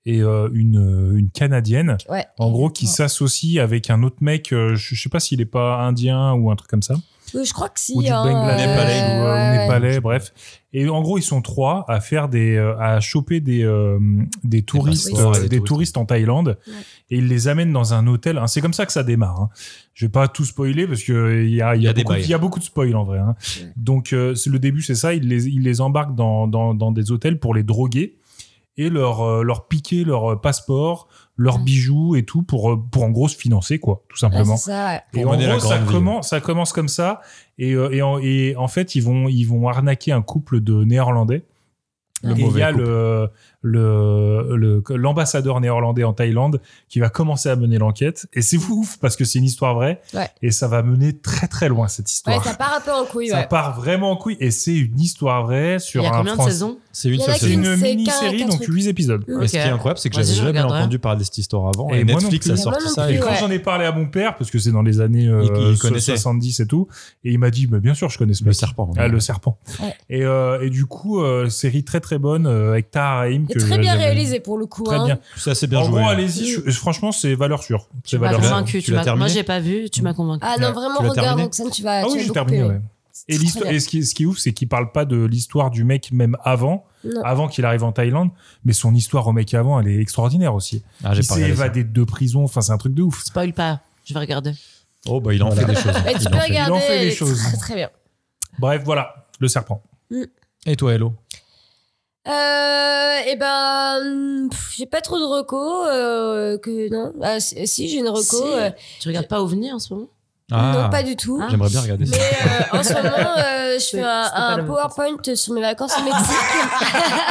C: et euh, une, euh, une Canadienne,
B: Ouais.
C: en gros, qui s'associe avec un autre mec, euh, je je sais pas s'il est pas indien ou un truc comme ça.
B: Euh, Je crois que si.
C: ou du
B: hein,
C: Bangladesh
A: Népalais.
C: ou,
B: ouais,
C: euh,
B: ouais.
C: Népalais, bref. Et en gros, ils sont trois à faire des, euh, à choper des, euh, des touristes,
B: touristes.
C: euh,
A: Ouais,
C: des,
A: des touristes.
C: touristes en Thaïlande,
B: Ouais.
C: et ils les amènent dans un hôtel. Hein, C'est comme ça que ça démarre. hein. Je vais pas tout spoiler parce que euh, il y a, il y
A: Il y
C: a
A: a des
C: beaucoup,
A: bails.
C: il y a beaucoup de spoil en vrai. hein. Donc euh, c'est- le début, c'est ça. Ils les, ils les embarquent dans, dans, dans des hôtels pour les droguer et leur, euh, leur piquer leur euh, passeport, leurs
B: Ouais.
C: bijoux et tout pour, euh, pour en gros se financer quoi, tout
B: Ouais,
C: simplement.
B: c'est ça, ouais.
C: Et
A: Pour
C: en
A: mener la
C: gros, ça
A: grande vie.
C: commence, ça commence comme ça. Et, euh, et, en, et en fait, ils vont, ils vont arnaquer un couple de Néerlandais.
A: Le
C: et il y
A: mauvais
C: a le- le- le- l'ambassadeur néerlandais en Thaïlande qui va commencer à mener l'enquête. Et c'est fou, ouf, parce que c'est une histoire vraie.
B: Ouais.
C: Et ça va mener très très loin, cette
B: Ouais,
C: histoire.
B: ça part un peu en couille,
C: Ça
B: ouais.
C: part vraiment en couille. Et c'est une histoire vraie sur
D: Il y a
C: un
D: combien de
C: Français-
D: saisons
A: C'est une
B: Il y en
A: seule
B: a qui
C: C'est
A: saison.
C: une
B: C'est qu'un-
C: mini-série,
B: qu'un
C: donc
B: truc.
C: 8 épisodes.
A: Mais ce qui est incroyable, c'est que
D: Vas-y,
A: j'avais
D: je
A: jamais
D: regarderai.
A: entendu parler de cette histoire avant. Et,
C: Et moi non
A: Netflix
C: plus.
A: a
B: Et moi
A: sorti
B: non
A: ça.
B: plus,
A: et
C: Et quand
B: Ouais.
C: j'en ai parlé à mon père, parce que c'est dans les années
A: Il-
C: euh,
A: il connaissait.
C: 70 et tout, et il m'a dit, mais bien sûr, je connais ce
A: Le
C: mec.
A: serpent.
C: Ah, le serpent.
B: Ouais.
C: Et, euh, et du coup, euh, série très très bonne euh, avec Tahar Rahim.
B: Et
C: que
B: très bien
C: j'avais-
B: réalisé pour le coup.
C: Très
B: hein.
C: bien.
A: C'est assez bien
C: en
A: joué. hein.
C: gros, allez-y, je- franchement, c'est valeur sûre. C'est
D: Tu m'as
C: valeur
A: l'as-
C: sûre.
D: convaincu.
A: tu
D: Tu
A: l'as
D: m'as- moi,
A: terminé
D: j'ai pas vu. Tu m'as convaincu.
B: Ah
A: Tu l'as-
B: non, vraiment,
A: tu l'as
B: regarde,
A: terminé
B: Roxane, tu vas.
C: Ah
B: tu
C: oui,
B: vas
C: j'ai
B: beaucoup
C: terminé,
B: aimer.
C: ouais.
B: C'est
C: Et,
B: très
C: l'histoire-
B: bien.
C: et ce, qui, ce qui est ouf, c'est qu'il parle pas de l'histoire du mec même avant,
B: Non.
C: avant qu'il arrive en Thaïlande, mais son histoire au mec avant, elle est extraordinaire aussi.
A: Ah, j'ai
C: il
A: pas
C: s'est
A: regardé ça.
C: évadé de prison, enfin c'est un truc de ouf.
D: Spoil pas. Je vais regarder.
A: Oh, bah, il en fait des choses.
B: Mais
A: Il
B: tu
A: en
B: peux
A: fait.
B: regarder.
C: Il en fait des
B: elle est
C: choses.
B: Très, très bien.
C: Bref, voilà, le serpent.
A: Et toi, Hello
B: Euh, et ben, pff, j'ai pas trop de recos. euh, que non. Ah, si, si, j'ai une reco.
D: Si.
B: euh,
D: Tu regardes pas OVNI en ce moment
B: Non, pas du tout.
D: Ah.
A: J'aimerais bien regarder
B: Mais
A: ça.
B: euh, en ce moment, euh, je
D: c'était
B: fais un,
D: pas
B: un
D: la même
B: PowerPoint sur mes vacances au Mexique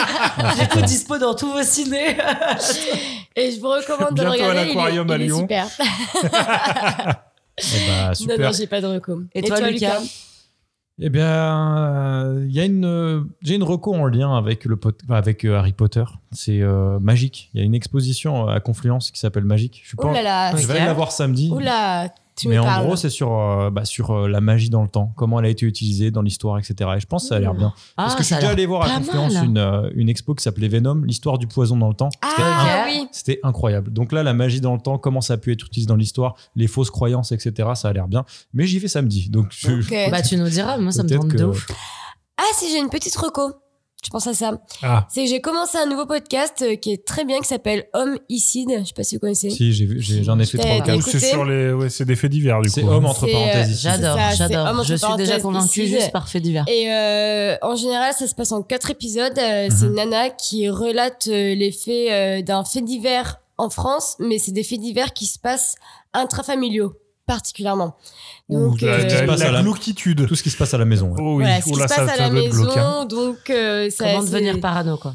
D: J'ai
A: Ah.
D: tout dispo dans tous vos ciné.
B: et je vous recommande de le
C: Bientôt à
B: regarder.
C: l'aquarium
B: il est,
C: à
B: il est
C: Lyon.
B: super.
A: Eh bah,
B: Non,
A: super.
B: non, j'ai pas de recos.
D: Et toi, Lucas
A: Eh bien, euh, il y a une, euh, j'ai une reco en lien avec le pot- enfin, avec euh, Harry Potter. C'est euh, Magic. Il y a une exposition euh, à Confluence qui s'appelle Magic. Je suis pas.
B: Oh là là.
A: Je vais aller la voir samedi.
B: Oh là. Tu
A: mais
B: me
A: en
B: parles.
A: gros, c'est sur, euh, bah, sur euh, la magie dans le temps, comment elle a été utilisée dans l'histoire, etc. Et je pense que ça a l'air bien. Parce
D: Ah,
A: que je suis
D: ça a
A: déjà
D: l'air-
A: allé voir à
D: pas
A: Confluence
D: mal.
A: une, euh, une expo qui s'appelait Venom, l'histoire du poison dans le temps. C'était un-
B: ah
D: Ok.
B: oui.
A: c'était incroyable. Donc là, la magie dans le temps, comment ça a pu être utilisé dans l'histoire, les fausses croyances, etc. Ça a l'air bien. Mais j'y vais samedi. Donc je,
B: Ok.
D: Bah, tu nous diras. Moi, ça me
A: Peut-être
D: tente
A: que-
D: de ouf.
B: Ah si, j'ai une petite reco. Je pense à ça.
C: Ah,
B: C'est que j'ai commencé un nouveau podcast euh, qui est très bien, qui s'appelle Homme Icide. Je sais pas si vous connaissez.
A: si, j'ai vu- j'ai- j'en ai, fait
B: T'as-
A: trois ou
B: t'as
A: quatre.
C: donc c'est
B: écouté
C: sur les, ouais, c'est des faits divers du
A: C'est
C: coup. hein.
A: homme entre
B: C'est, euh,
A: parenthèses. ici.
D: J'adore,
B: ça, c'est homme
D: j'adore.
B: entre
D: Je suis déjà
B: parenthèses,
D: convaincue
B: ici.
D: juste par fait divers.
B: Et euh, en général, ça se passe en quatre épisodes. Euh,
A: Mhm.
B: C'est une nana qui relate euh, les faits euh, d'un fait divers en France, mais c'est des faits divers qui se passent intrafamiliaux, particulièrement.
C: Ouh,
B: Donc,
C: la,
B: euh,
A: Qu'est-ce qui se
C: la,
A: passe à
C: la
A: la-
C: glauquitude.
A: Tout ce qui se passe à la maison. ouais.
C: Oh oui,
B: voilà, ce
C: oh
B: qui
C: là,
B: se
C: ça,
B: passe à
C: ça
B: la
C: doit être
B: maison.
C: glauque, hein.
B: Donc, euh, ça,
D: Comment
B: c'est-
D: devenir parano, quoi.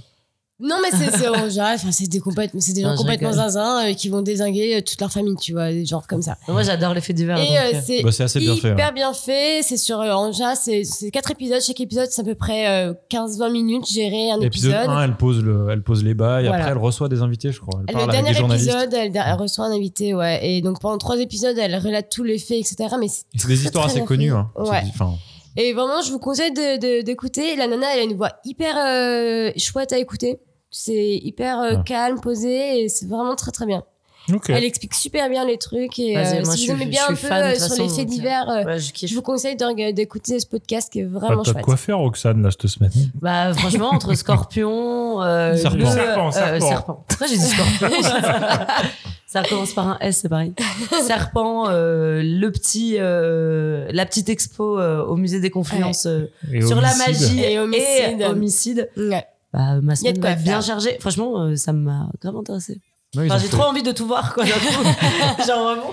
B: Non, mais c'est c'est- en général, enfin, c'est des, complètes- c'est des gens
D: Non, je
B: complètement
D: rigole.
B: zinzins euh, qui vont désinguer euh, toute leur famille, tu vois, des genres comme ça.
D: Moi, j'adore les faits divers.
B: Et
D: donc,
B: euh,
D: euh,
B: c'est
A: Bah, c'est assez bien fait.
B: hyper
A: ouais.
B: bien fait. C'est sur euh, Anja, c'est c'est quatre épisodes. Chaque épisode, c'est à peu près euh, 15-20 minutes géré, un
A: Épisode
B: épisode.
A: 1, elle pose, le, elle pose les bails.
B: Voilà.
A: Après, elle reçoit des invités, je crois. Elle
B: le
A: parle avec des
B: dernier
A: journalistes.
B: épisode, elle, elle reçoit un invité, ouais. Et donc pendant trois épisodes, elle relate tous les faits, etc. Mais c'est-
A: Et C'est des histoires
B: très
A: assez
B: bien
A: connues.
B: fait.
A: hein. C'est-
B: Ouais.
A: enfin,
B: Et vraiment, je vous conseille de- de- d'écouter. La nana, elle a une voix hyper euh, chouette à écouter. C'est hyper euh,
A: Ouais.
B: calme, posé, et c'est vraiment très très bien.
C: Ok.
B: Elle explique super bien les trucs. Et
D: Vas-y,
B: euh,
D: moi,
B: si
D: je
B: vous
D: suis-
B: aimez
D: je
B: bien un
D: suis
B: peu
D: fan, de
B: euh,
D: toute
B: sur
D: façon,
B: les
D: donc,
B: faits divers, euh,
D: ouais, je kiffe.
B: je vous conseille de- d'écouter ce podcast qui est
C: Ah,
B: vraiment
C: T'as de
B: chouette.
C: quoi faire, Roxane, là, cette semaine.
D: Bah franchement entre scorpion, euh,
A: Serpent.
D: le-
C: Serpent,
D: euh,
C: serpent.
D: Pourquoi j'ai dit scorpion Ça recommence par un S, c'est pareil. Serpent, euh, le petit, euh, la petite expo euh, au musée des Confluences euh,
C: Et ben.
D: sur la
C: homicide.
D: magie
B: Et
D: et homicide.
B: homicide. Ouais.
D: Bah, ma semaine
B: de quoi
D: va être bien
B: faire.
D: chargée. Franchement, euh, ça m'a grave intéressé.
A: ouais, ils
D: Enfin,
A: ont
D: j'ai
A: fait-
D: trop envie de tout voir, quoi. d'un coup. Genre vraiment.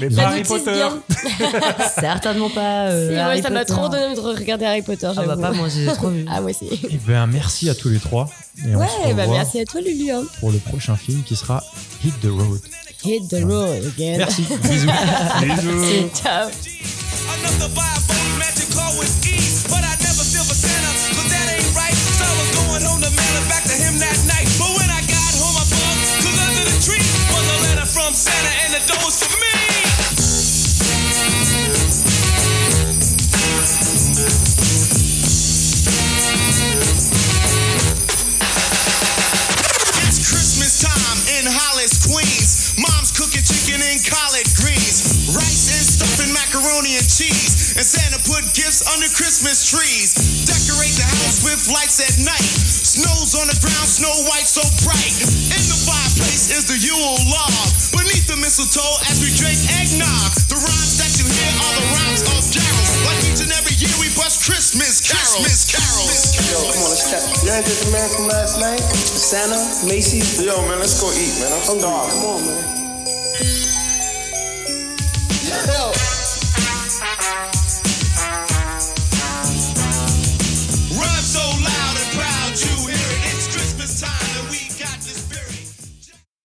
C: Mais
A: La
C: pas
B: Ils
C: Harry
B: disent
C: Potter.
B: bien.
D: Certainement pas. euh,
B: Si, ouais,
D: Harry
B: ça m'a
D: Potter.
B: trop donné envie de regarder Harry Potter.
D: Ah bah
B: j'avoue.
D: pas moi, j'ai trop vu.
B: Ah, moi aussi.
A: Eh ben, merci à tous les trois. Et on se
B: Ouais,
A: revoit
B: bah merci à toi, Lulu. hein.
A: pour le prochain film qui sera Hit the Road.
B: Hit the road again.
A: Merci. Bisous.
C: Bisous.
B: Ciao.
G: Another vibe on magic call was ease, but I never feel for Santa, cause that ain't right. So I was going on the mail and back to him that night. But when I got home, I bugged, cause under the tree was a letter from Santa and the door was for me. It's Christmas time in Hollis, Queens. Mom's cooking chicken and collard greens, rice and stuffing macaroni and and cheese. And Santa put gifts under Christmas trees. Decorate the house with lights at night. Snow's on the ground, snow white so bright. In the fireplace is the Yule log. Beneath the mistletoe as we drink eggnog. The rhymes that you hear are the rhymes of carols. Like each and every year we bust Christmas carols. Christmas carols.
C: Come on, let's step. You ain't
D: Oh,
C: did the man from last night? Santa, Macy's. Yo, man, let's go eat, man. I'm starving. Come on, man.